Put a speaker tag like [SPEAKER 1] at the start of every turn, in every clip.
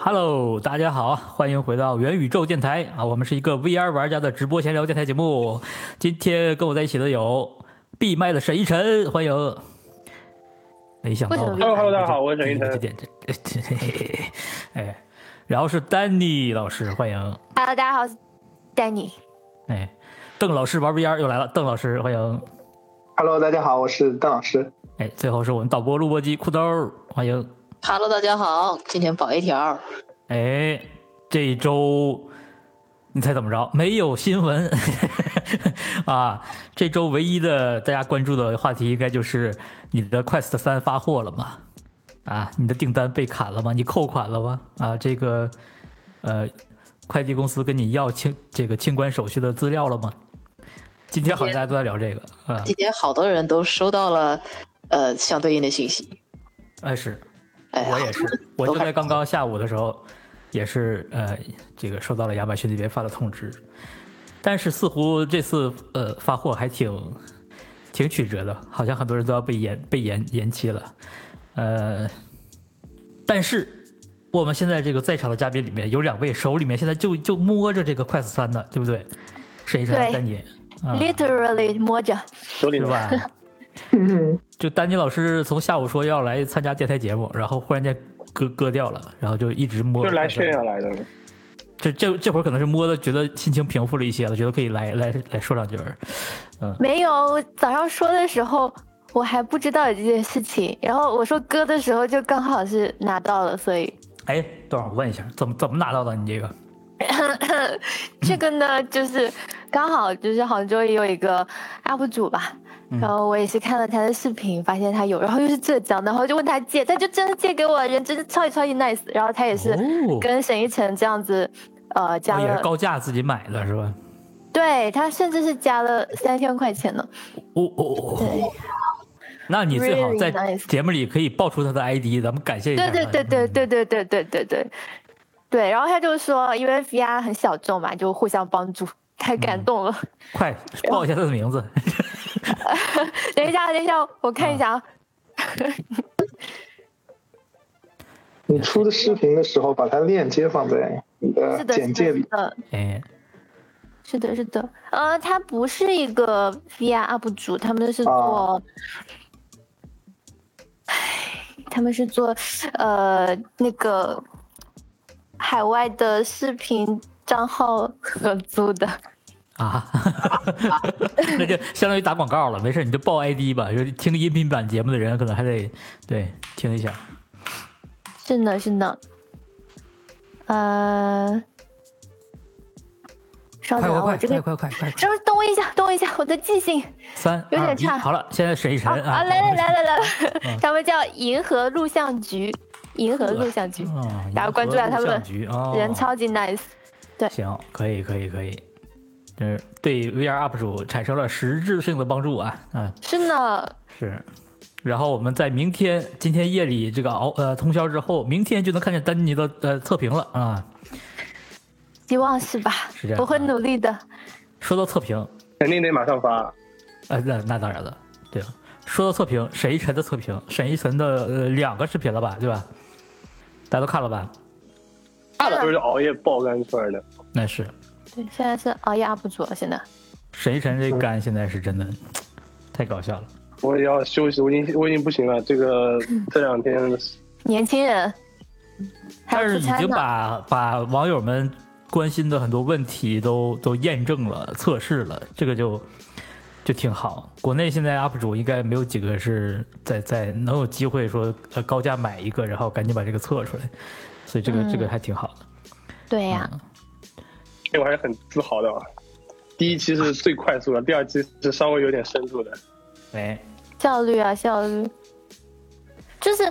[SPEAKER 1] Hello，大家好，欢迎回到元宇宙电台啊！我们是一个 VR 玩家的直播闲聊电台节目。今天跟我在一起的有闭麦的沈一晨，欢迎。没想到吧
[SPEAKER 2] 为什么
[SPEAKER 3] Hello Hello，大家好，我是沈
[SPEAKER 1] 这
[SPEAKER 3] 一
[SPEAKER 1] 这
[SPEAKER 3] 晨。
[SPEAKER 1] 点这这嘿嘿嘿哎，然后是丹尼老师，欢迎。
[SPEAKER 2] Hello，大家好，我是 Danny。
[SPEAKER 1] 哎，邓老师玩 VR 又来了，邓老师欢迎。
[SPEAKER 4] Hello，大家好，我是邓老师。
[SPEAKER 1] 哎，最后是我们导播录播机裤兜儿，欢迎。
[SPEAKER 5] Hello，大家好，今天保一条，
[SPEAKER 1] 哎，这一周你猜怎么着？没有新闻 啊！这周唯一的大家关注的话题，应该就是你的 Quest 三发货了吗？啊，你的订单被砍了吗？你扣款了吗？啊，这个呃，快递公司跟你要清这个清关手续的资料了吗？今天好像大家都在聊这个啊，
[SPEAKER 5] 今天好多人都收到了呃相对应的信息。
[SPEAKER 1] 哎是，
[SPEAKER 5] 哎，
[SPEAKER 1] 我也是，我就在刚刚下午的时候，也是呃，这个收到了亚马逊那边发的通知，但是似乎这次呃发货还挺挺曲折的，好像很多人都要被延被延延期了，呃，但是我们现在这个在场的嘉宾里面有两位手里面现在就就摸着这个快 u 三的，对不对？谁谁
[SPEAKER 2] 对
[SPEAKER 1] 丹尼，啊
[SPEAKER 2] Literally 摸着，
[SPEAKER 3] 手里
[SPEAKER 1] 是吧？
[SPEAKER 4] 嗯，
[SPEAKER 1] 就丹尼老师从下午说要来参加电台节目，然后忽然间割割掉了，然后就一直摸着
[SPEAKER 3] 就是
[SPEAKER 1] 快
[SPEAKER 3] 来
[SPEAKER 1] 递三。
[SPEAKER 3] 炫耀来的。
[SPEAKER 1] 这这这会儿可能是摸的，觉得心情平复了一些了，觉得可以来来来说两句儿。
[SPEAKER 2] 没有。早上说的时候，我还不知道有这件事情，然后我说割的时候，就刚好是拿到了，所以
[SPEAKER 1] 哎，等会儿我问一下，怎么怎么拿到的？你这个
[SPEAKER 2] 这 个呢，就是刚好就是杭州也有一个 UP 主吧，
[SPEAKER 1] 嗯
[SPEAKER 2] 然后我也是看了他的视频，发现他有，然后又是浙江，然后就问他借，他就真的借给我，人真的超级超级 nice。然后他也是
[SPEAKER 1] 哦
[SPEAKER 2] 跟沈一晨这样子，呃，加
[SPEAKER 1] 我也
[SPEAKER 2] 了
[SPEAKER 1] 是，高价自己买的是吧？
[SPEAKER 2] 对他甚至是加了三千块钱呢。
[SPEAKER 1] 哦哦哦哦
[SPEAKER 2] 对
[SPEAKER 1] 哦，那你最好
[SPEAKER 2] Really
[SPEAKER 1] 在
[SPEAKER 2] nice
[SPEAKER 1] 节目里可以报出他的 ID，咱们感谢一下嗯
[SPEAKER 2] 对
[SPEAKER 1] 他。
[SPEAKER 2] 对对对对对对对对对对。然后他就说，因为 VR 很小众嘛，就互相帮助， 太感动了。
[SPEAKER 4] 嗯
[SPEAKER 1] 快报一下他的名字。
[SPEAKER 2] 等 一下，等一下，我看一下啊。
[SPEAKER 4] 你出的视频的时候，把它链接放在你
[SPEAKER 2] 是
[SPEAKER 4] 的
[SPEAKER 2] 的，
[SPEAKER 4] 简
[SPEAKER 2] 是
[SPEAKER 4] 介
[SPEAKER 2] 的，是
[SPEAKER 4] 里。
[SPEAKER 2] 的，
[SPEAKER 1] 哎，
[SPEAKER 2] 是的，是的。呃，他不是一个 VR UP 主，他们是做
[SPEAKER 4] 啊，
[SPEAKER 2] 唉他们是做呃那个海外的视频账号合租的。
[SPEAKER 1] 啊， 那就相当于打广告了。没事，你就报 ID 吧。就是听音频版节目的人，可能还得对听一下。
[SPEAKER 2] 是呢，是呢。呃，稍
[SPEAKER 1] 快
[SPEAKER 2] 等
[SPEAKER 1] 快
[SPEAKER 2] 啊，我
[SPEAKER 1] 快
[SPEAKER 2] 这
[SPEAKER 1] 快
[SPEAKER 2] 个
[SPEAKER 1] 快快快！快
[SPEAKER 2] 稍等我一下，等我一下，我的记性。
[SPEAKER 1] 三
[SPEAKER 2] 有
[SPEAKER 1] 二
[SPEAKER 2] 点
[SPEAKER 1] 一，
[SPEAKER 2] 差
[SPEAKER 1] 好了，现在沈一晨
[SPEAKER 2] 啊
[SPEAKER 1] 啊，
[SPEAKER 2] 啊，来来来来来
[SPEAKER 1] 嗯
[SPEAKER 2] 来， 他们叫银河录像局，银河录像局，
[SPEAKER 1] 嗯，
[SPEAKER 2] 大家关注一下他们的
[SPEAKER 1] 局啊，哦
[SPEAKER 2] 人超级 nice。
[SPEAKER 1] 行，可以可以可以，就是对 VR UP 主产生了实质性的帮助啊，嗯
[SPEAKER 2] 是呢，
[SPEAKER 1] 是。然后我们在明天今天夜里这个熬呃通宵之后，明天就能看见丹尼的呃测评了啊。
[SPEAKER 2] 希望是吧？
[SPEAKER 1] 是这样
[SPEAKER 2] 我会努力的。
[SPEAKER 1] 说到测评，
[SPEAKER 3] 肯定得马上发。
[SPEAKER 2] 嗯
[SPEAKER 1] 呃，那那当然了，对吧？说到测评，沈一晨的测评，沈一晨的呃两个视频了吧，对吧？大家都看了吧？
[SPEAKER 3] 差点就是熬夜爆肝出来的。
[SPEAKER 1] 那是
[SPEAKER 2] 对，现在是熬夜 UP 主了，现在。
[SPEAKER 1] 沈一晨这肝现在是真的太搞笑了。
[SPEAKER 3] 我也要休息，我已经我已经不行了。这个
[SPEAKER 2] 嗯
[SPEAKER 3] 这两天
[SPEAKER 2] 年轻人，还
[SPEAKER 1] 但
[SPEAKER 2] 有
[SPEAKER 1] 是
[SPEAKER 2] 出
[SPEAKER 1] 已
[SPEAKER 2] 差
[SPEAKER 1] 经
[SPEAKER 2] 呢。
[SPEAKER 1] 把把网友们关心的很多问题都都验证了、测试了，这个就就挺好。国内现在 UP 主应该没有几个是在在能有机会说呃高价买一个，然后赶紧把这个测出来，所以这个、
[SPEAKER 2] 嗯
[SPEAKER 1] 这个还挺好的。
[SPEAKER 2] 对
[SPEAKER 1] 嗯
[SPEAKER 2] 呀、
[SPEAKER 3] 这哎我还是很自豪的。啊。第一期是最快速的，第二期是稍微有点深度的。
[SPEAKER 1] 哎，
[SPEAKER 2] 效率啊，效率，就是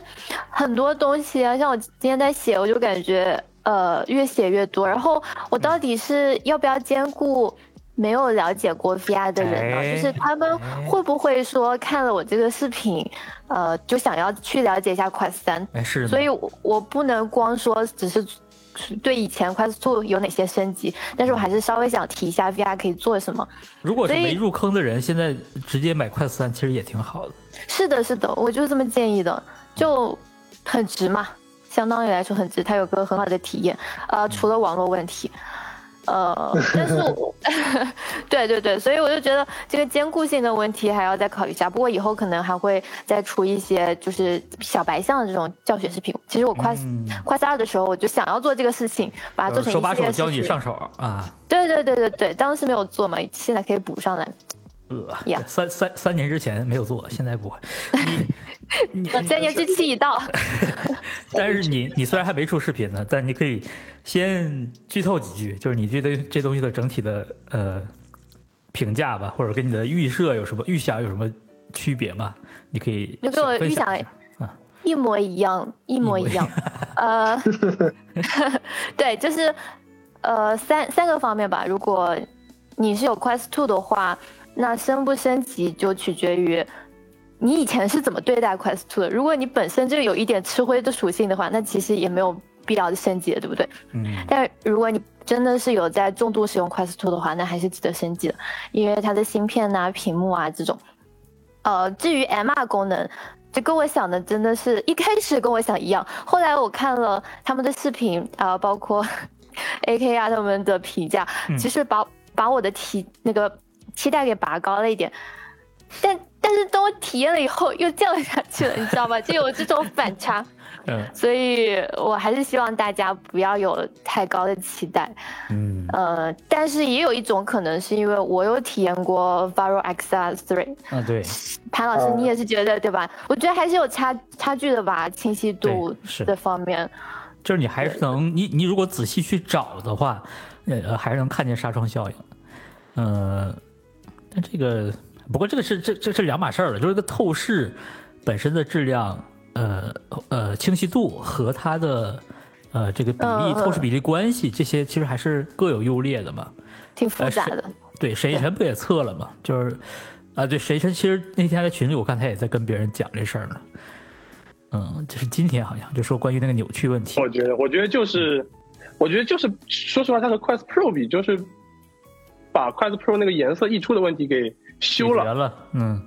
[SPEAKER 2] 很多东西啊。像我今天在写，我就感觉呃越写越多。然后我到底是要不要兼顾没有了解过 VR 的人呢？
[SPEAKER 1] 哎
[SPEAKER 2] 就是他们
[SPEAKER 1] 哎
[SPEAKER 2] 会不会说看了我这个视频，呃，就想要去了解一下 Quest 三？
[SPEAKER 1] 哎是呢，
[SPEAKER 2] 所以我我不能光说只是对以前快速有哪些升级，但是我还是稍微想提一下 VR 可以做什么。
[SPEAKER 1] 如果是
[SPEAKER 2] 所以
[SPEAKER 1] 没入坑的人，现在直接买快三其实也挺好的。
[SPEAKER 2] 是的，是的，我就这么建议的，就很值嘛。相当于来说很值，它有个很好的体验。
[SPEAKER 1] 嗯
[SPEAKER 2] 呃，除了网络问题，呃，但是 我，对对对，所以我就觉得这个兼顾性的问题还要再考虑一下。不过以后可能还会再出一些就是小白象的这种教学视频。其实我 Quest、
[SPEAKER 1] 嗯
[SPEAKER 2] Quest 二的时候，我就想要做这个事情，把它啊做
[SPEAKER 1] 呃
[SPEAKER 2] 成
[SPEAKER 1] 手把
[SPEAKER 2] 一系
[SPEAKER 1] 手
[SPEAKER 2] 列
[SPEAKER 1] 教你
[SPEAKER 2] 视频
[SPEAKER 1] 上手啊，
[SPEAKER 2] 对对对对对，当时没有做嘛，现在可以补上来。
[SPEAKER 1] 呃
[SPEAKER 2] 呀，
[SPEAKER 1] 三三三年之前没有做，现在不 会。嗯
[SPEAKER 2] 三年之期已到，
[SPEAKER 1] 但是你你虽然还没出视频呢，但你可以先剧透几句，就是你对这这东西的整体的呃评价吧，或者跟你的预设有什么预想有什么区别吗？你可以
[SPEAKER 2] 你给我
[SPEAKER 1] 分
[SPEAKER 2] 预
[SPEAKER 1] 享
[SPEAKER 2] 想
[SPEAKER 1] 一下
[SPEAKER 2] 一模一样，一模一样。 呃，对，就是呃三三个方面吧。如果你是有 Quest Two 的话，那升不升级就取决于你以前是怎么对待 Quest Two 的。如果你本身就有一点吃灰的属性的话，那其实也没有必要升级了，对不对？
[SPEAKER 1] 嗯
[SPEAKER 2] 但如果你真的是有在重度使用 Quest 2的话，那还是值得升级的，因为它的芯片呐、屏幕啊这种。呃，至于 MR 功能，这跟我想的真的是一开始跟我想一样，后来我看了他们的视频啊、包括 AK 啊他们的评价，
[SPEAKER 1] 嗯
[SPEAKER 2] 其实把把我的体那个期待给拔高了一点。但但是当我体验了以后，又降下去了，你知道吗？就有这种反差。
[SPEAKER 1] 嗯
[SPEAKER 2] 所以我还是希望大家不要有太高的期待。
[SPEAKER 1] 嗯
[SPEAKER 2] 呃，但是也有一种可能是因为我有体验过 Varo XR Three，
[SPEAKER 1] 啊对
[SPEAKER 2] 潘老师
[SPEAKER 4] 嗯
[SPEAKER 1] 呃
[SPEAKER 2] 你也是觉得、对吧？我觉得还是有差差距的吧，清晰度
[SPEAKER 1] 对是
[SPEAKER 2] 这方面。
[SPEAKER 1] 就是你还是能，你你如果仔细去找的话，呃，还是能看见纱窗效应。呃，但这个不过这个是这这是两码事儿了，就是这个透视本身的质量，呃呃清晰度和它的呃这个比例、
[SPEAKER 2] 嗯嗯
[SPEAKER 1] 透视比例关系，这些其实还是各有优劣的嘛。
[SPEAKER 2] 挺
[SPEAKER 1] 呃
[SPEAKER 2] 复杂的，
[SPEAKER 1] 对，沈一晨不也测了吗？就是啊，对，沈一晨其实那天在群里，我看他也在跟别人讲这事儿呢。嗯，就是今天好像就说关于那个扭曲问题。
[SPEAKER 3] 我觉得，我觉得就是，我觉得就是，说实话，它和 Quest Pro 比，就是把 Quest Pro 那个颜色溢出的问题给修
[SPEAKER 1] 解
[SPEAKER 3] 了。
[SPEAKER 1] 决了，嗯，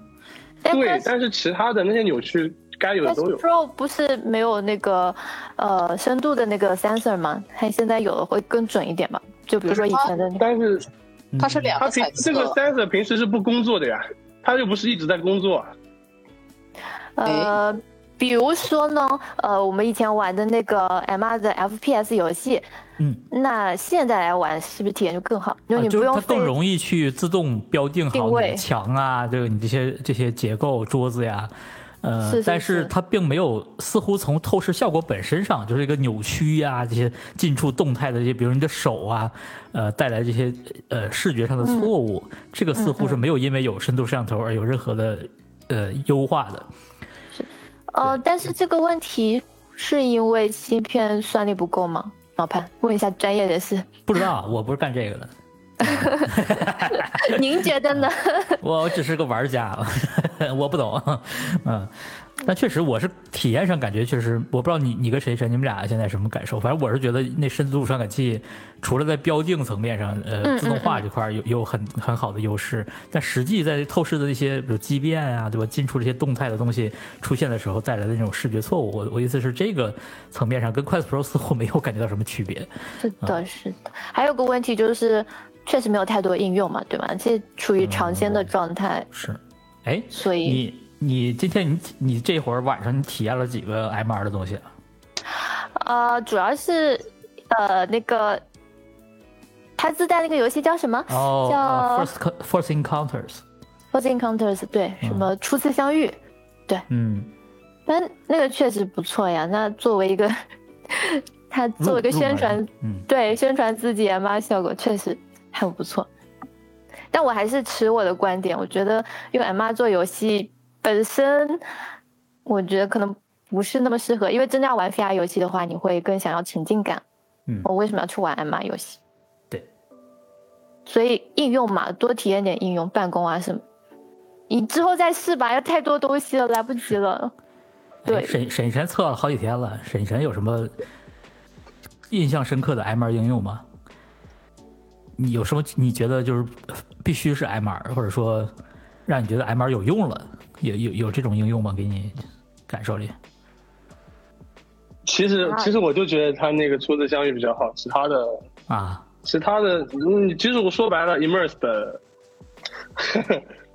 [SPEAKER 2] 但
[SPEAKER 3] 对
[SPEAKER 2] Quest，
[SPEAKER 3] 但是其他的那些扭曲该有的都
[SPEAKER 2] Quest
[SPEAKER 3] 有。
[SPEAKER 2] Pro 不是没有那个呃深度的那个 sensor 吗？它现在有了会更准一点嘛？就比如说以前的那个，
[SPEAKER 3] 但是
[SPEAKER 1] 嗯
[SPEAKER 5] 它是两
[SPEAKER 3] 它
[SPEAKER 5] 个
[SPEAKER 3] 平
[SPEAKER 5] 彩
[SPEAKER 3] 这个
[SPEAKER 5] 色，
[SPEAKER 3] sensor 平时是不工作的呀，它又不是一直在工作。
[SPEAKER 2] 呃，比如说呢，呃，我们以前玩的那个 M R 的 F P S 游戏，
[SPEAKER 1] 嗯，
[SPEAKER 2] 那现在来玩是不是体验就更好？就
[SPEAKER 1] 啊
[SPEAKER 2] 是你
[SPEAKER 1] 就
[SPEAKER 2] 不
[SPEAKER 1] 是
[SPEAKER 2] 用
[SPEAKER 1] 它
[SPEAKER 2] 费、
[SPEAKER 1] 更容易去自动标定
[SPEAKER 2] 定
[SPEAKER 1] 好你
[SPEAKER 2] 位
[SPEAKER 1] 的墙啊，这个你这些这些结构、桌子呀，呃，
[SPEAKER 2] 是是
[SPEAKER 1] 但
[SPEAKER 2] 是
[SPEAKER 1] 是它并没有似乎从透视效果本身上，就是一个扭曲呀、这些近处动态的这些，比如你的手啊，呃，带来这些呃视觉上的
[SPEAKER 2] 嗯
[SPEAKER 1] 错误，这个似乎是没有因为有深度摄像头而有任何的呃优化的。
[SPEAKER 2] 呃，但是这个问题是因为芯片算力不够吗？老潘，问一下专业 人士，
[SPEAKER 1] 不知道，啊我不是干这个的，
[SPEAKER 2] 您觉得呢？
[SPEAKER 1] 啊我只是个玩家， 我不懂，嗯，但确实我是体验上感觉确实，我不知道你你跟谁谁你们俩现在什么感受，反正我是觉得那深度传感器除了在标定层面上，呃，
[SPEAKER 2] 嗯
[SPEAKER 1] 自动化这块儿有有很很好的优势，但实际在透视的那些比如畸变啊，对吧，进出这些动态的东西出现的时候带来的那种视觉错误，我我意思是这个层面上跟快速 Pro 似乎没有感觉到什么区别，
[SPEAKER 2] 是的，是的。还有个问题就是，确实没有太多应用嘛，对吧？这处于尝鲜的状态，
[SPEAKER 1] 是，哎，
[SPEAKER 2] 所以
[SPEAKER 1] 你你今天你你这会儿晚上你体验了几个 MR 的东西啊？
[SPEAKER 2] 呃，主要是呃那个他自带那个游戏叫什么？
[SPEAKER 1] 哦、
[SPEAKER 2] 叫
[SPEAKER 1] 啊 first Co- first encounters，
[SPEAKER 2] 《First Encounters》对，
[SPEAKER 1] 嗯
[SPEAKER 2] 什么初次相遇，
[SPEAKER 1] 嗯，
[SPEAKER 2] 但那个确实不错呀。那作为一个， 他作为一个
[SPEAKER 1] 入
[SPEAKER 2] 宣传，，
[SPEAKER 1] 入门嗯
[SPEAKER 2] 对宣传自己 M R 效果确实很不错。但我还是持我的观点，我觉得用
[SPEAKER 1] 嗯
[SPEAKER 2] M R 做游戏本身，我觉得可能不是那么适合，因为真正要玩 VR 游戏的话，你会更想要沉浸感。
[SPEAKER 1] 嗯
[SPEAKER 2] 我为什么要去玩 M R 游戏？
[SPEAKER 1] 对，
[SPEAKER 2] 所以应用嘛，多体验点应用，办公啊什么。你之后再试吧，要太多东西了，来不及了。
[SPEAKER 1] 嗯， 哎
[SPEAKER 2] 对
[SPEAKER 1] 沈沈晨测了好几天了，沈晨有什么印象深刻的 MR 应用吗？你有什么你觉得就是必须是 MR，或者说让你觉得 MR 有用了，有有有这种应用吗？给你感受里，
[SPEAKER 3] 其实
[SPEAKER 5] 啊
[SPEAKER 3] 其实我就觉得它那个出自香芋比较好，其他的
[SPEAKER 1] 啊，
[SPEAKER 3] 其他的，嗯，其实我说白了，immerse 的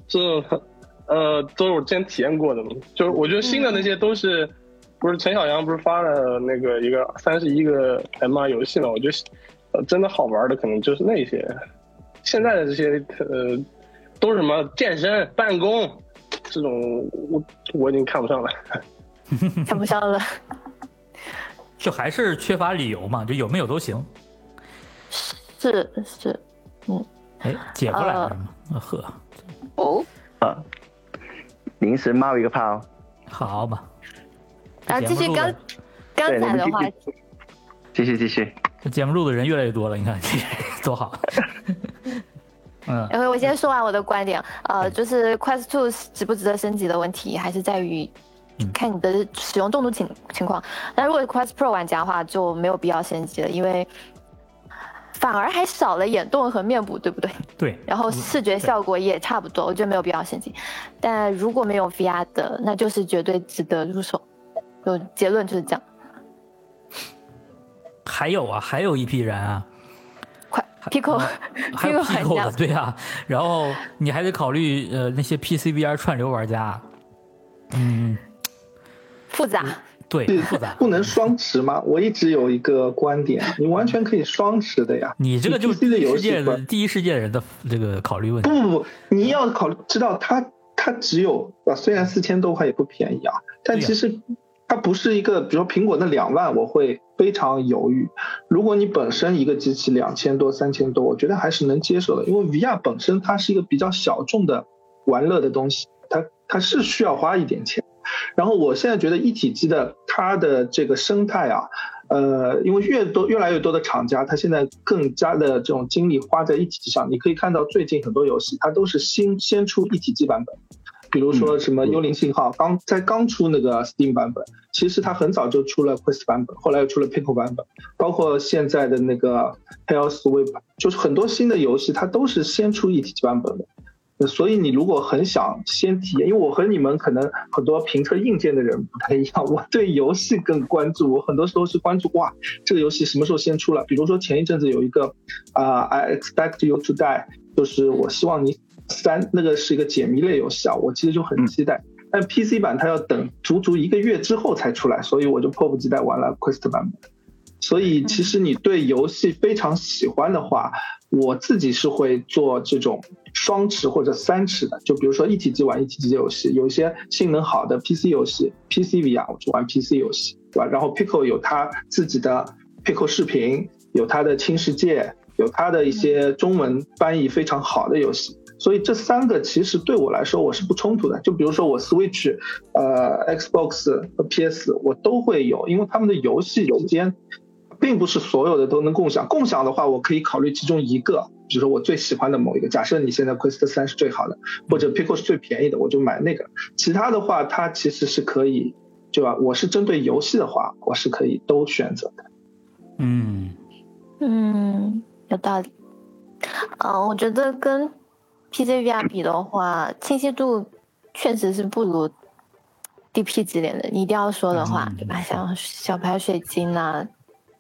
[SPEAKER 3] 这种呃都是我之前体验过的嘛，就是我觉得新的那些都是，不是陈小阳不是发了那个一个三十一个 MR 游戏嘛，我觉得、呃、真的好玩的可能就是那些，现在的这些呃都是什么健身、办公这种，我我已经看不上了。
[SPEAKER 2] 看不上了。
[SPEAKER 1] 就还是缺乏理由嘛，就有没有都行。
[SPEAKER 2] 是是，
[SPEAKER 1] 哎，解过来了
[SPEAKER 2] 呃
[SPEAKER 1] 嘛，呵，
[SPEAKER 5] 哦，
[SPEAKER 6] 啊，临时冒一个泡，
[SPEAKER 1] 好嘛。
[SPEAKER 2] 然啊后继续刚刚
[SPEAKER 6] 对，你
[SPEAKER 2] 才
[SPEAKER 6] 们
[SPEAKER 2] 的话，
[SPEAKER 6] 继续，继续继续，
[SPEAKER 1] 这节目录的人越来越多了，你看 多好。嗯，
[SPEAKER 2] 然后呃我先说完我的观点，呃，就是 Quest Two 值不值得升级的问题，还是在于
[SPEAKER 1] 嗯
[SPEAKER 2] 看你的使用重度情情况。那如果是 Quest Pro 玩家的话，就没有必要升级了，因为反而还少了眼动和面部，对不对？
[SPEAKER 1] 对，嗯
[SPEAKER 2] 然后视觉效果也差不多，我觉得没有必要升级。但如果没有 VR 的，那就是绝对值得入手。就结论就是这样。
[SPEAKER 1] 还有啊，还有一批人啊，
[SPEAKER 2] 快 Pico
[SPEAKER 1] 还有
[SPEAKER 2] Pico 玩
[SPEAKER 1] Pico 的，
[SPEAKER 2] 家，
[SPEAKER 1] 对啊，然后你还得考虑呃那些 PC VR 串流玩家，嗯，
[SPEAKER 2] 复杂。
[SPEAKER 1] 对，
[SPEAKER 7] 是
[SPEAKER 1] 复杂。
[SPEAKER 7] 不能双持吗？我一直有一个观点，你完全可以双持的呀。
[SPEAKER 1] 你这个就是
[SPEAKER 7] PC 的
[SPEAKER 1] 第一
[SPEAKER 7] 游
[SPEAKER 1] 世界
[SPEAKER 7] 戏
[SPEAKER 1] 的
[SPEAKER 7] 观，
[SPEAKER 1] 第一世界的人的这个考虑问题
[SPEAKER 7] 不。不不，你要考虑知道它它只有啊，虽然四千多块也不便宜啊，但
[SPEAKER 1] 对呀
[SPEAKER 7] 其实它不是一个，比如说苹果那两万，我会非常犹豫。如果你本身一个机器两千多、三千多，我觉得还是能接受的，因为 VR 本身它是一个比较小众的玩乐的东西，它它是需要花一点钱。然后我现在觉得一体机的它的这个生态啊，呃，因为越多越来越多的厂家，它现在更加的这种精力花在一体机上。你可以看到最近很多游戏，它都是新先出一体机版本，比如说什么《幽灵信号》刚在刚出那个 Steam 版本，其实它很早就出了 Quest 版本，后来又出了 Pico 版本，包括现在的那个 Hellsweep，就是很多新的游戏它都是先出一体机版本的。呃所以你如果很想先体验，因为我和你们可能很多评测硬件的人不太一样，我对游戏更关注，我很多时候是关注哇，这个游戏什么时候先出来？比如说前一阵子有一个啊、i expect you to die，就是我希望你三，那个是一个解谜类游戏啊，我其实就很期待。但 PC 版它要等足足一个月之后才出来，所以我就迫不及待玩了 Quest 版本。所以其实你对游戏非常喜欢的话，我自己是会做这种双持或者三持的，就比如说一体机玩一体机游戏，有一些性能好的 PC 游戏，PC VR 啊我就玩 PC 游戏，对吧？然后 Pico 有它自己的 Pico 视频，有它的轻世界，有它的一些中文翻译非常好的游戏。所以这三个其实对我来说我是不冲突的。就比如说我 Switch、呃 Xbox 和 PS 我都会有，因为他们的游戏之间并不是所有的都能共享。共享的话，我可以考虑其中一个，比如说我最喜欢的某一个。假设你现在 Quest 三是最好的，或者 Pico 是最便宜的，我就买那个。其他的话，它其实是可以，对吧？我是针对游戏的话，我是可以都选择的。
[SPEAKER 1] 嗯，
[SPEAKER 2] 嗯，有道理。嗯、我觉得跟 PCVR 比的话，清晰度确实是不如 DP 级联的。你一定要说的话，
[SPEAKER 1] 嗯
[SPEAKER 2] 对吧？像小白水晶呐、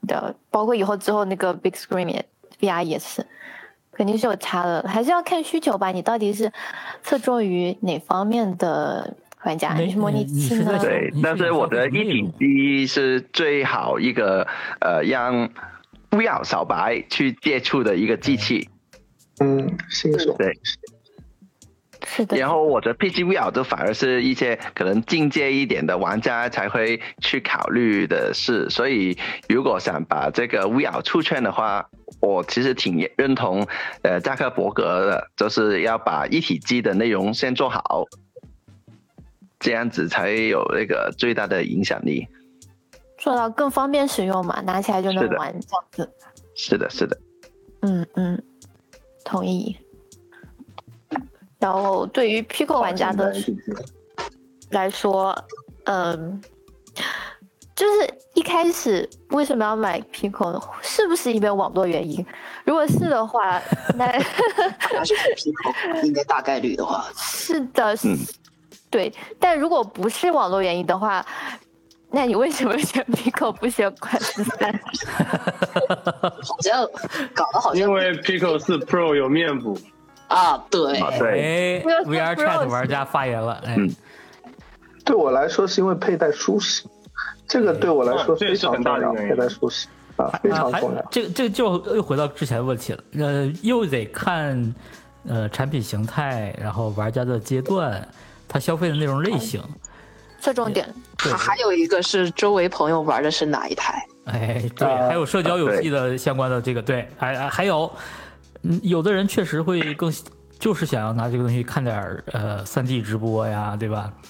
[SPEAKER 2] 的，包括以后之后那个 Big Screen 也 VR 也是，肯定是有差的。还是要看需求吧，你到底是侧重于哪方面的玩家？
[SPEAKER 1] 没嗯
[SPEAKER 2] 你是模
[SPEAKER 1] 你
[SPEAKER 2] 拟
[SPEAKER 1] 你
[SPEAKER 2] 器
[SPEAKER 1] 是在？
[SPEAKER 2] 呢
[SPEAKER 1] 说
[SPEAKER 6] 对
[SPEAKER 1] 啊你是，
[SPEAKER 6] 但是我觉得
[SPEAKER 1] 想说
[SPEAKER 6] 一
[SPEAKER 1] 内
[SPEAKER 6] 体
[SPEAKER 1] 容
[SPEAKER 6] 机是最好一个呃让不要小白去接触的一个机器。
[SPEAKER 7] 嗯，新手
[SPEAKER 6] 对
[SPEAKER 2] 是的，
[SPEAKER 6] 然后我的 PGVR 就反而是一些可能进阶一点的玩家才会去考虑的事，所以如果想把这个 VR 出圈的话，我其实挺认同呃扎克伯格的，就是要把一体机的内容先做好，这样子才有那个最大的影响力。
[SPEAKER 2] 做到更方便使用嘛，拿起来就是能
[SPEAKER 6] 的
[SPEAKER 2] 玩这样子。
[SPEAKER 6] 是的，是的，
[SPEAKER 2] 嗯嗯，同意。然后对于 Pico 玩家的来说，嗯，就是一开始为什么要买 Pico 呢？是不是因为网络原因？如果是的话，那
[SPEAKER 5] 要是 Pico，应该大概率的话
[SPEAKER 2] 是的，
[SPEAKER 6] 嗯
[SPEAKER 2] 对。但如果不是网络原因的话，那你为什么选 Pico 不选 Quest 三？
[SPEAKER 5] 好像搞得好像
[SPEAKER 3] 因为 Pico 四 Pro 有面部，
[SPEAKER 5] 啊，对，
[SPEAKER 6] 啊，对，
[SPEAKER 1] 哎
[SPEAKER 2] 那个
[SPEAKER 1] ，VR
[SPEAKER 2] Pro
[SPEAKER 1] Chat
[SPEAKER 2] 是
[SPEAKER 1] 玩家发言了，哎，
[SPEAKER 6] 嗯
[SPEAKER 7] 对我来说是因为佩戴舒适，这个对我来说
[SPEAKER 3] 嗯这也
[SPEAKER 7] 非
[SPEAKER 3] 是
[SPEAKER 7] 常
[SPEAKER 3] 很大的
[SPEAKER 7] 重要，
[SPEAKER 3] 原因
[SPEAKER 7] 佩戴舒适啊非
[SPEAKER 1] 啊
[SPEAKER 7] 常
[SPEAKER 1] 还
[SPEAKER 7] 重要。
[SPEAKER 1] 这这就又回到之前的问题了，呃，又得看呃产品形态，然后玩家的阶段，他消费的内容类型，
[SPEAKER 2] 侧重点，
[SPEAKER 1] 对
[SPEAKER 5] 还，嗯还有一个是周围朋友玩的是哪一台？
[SPEAKER 1] 哎，对，
[SPEAKER 7] 啊
[SPEAKER 1] 还有社交游戏的相关的这个，对，还还还有，嗯，有的人确实会更就是想要拿这个东西看点儿呃三 D 直播呀，对吧？嗯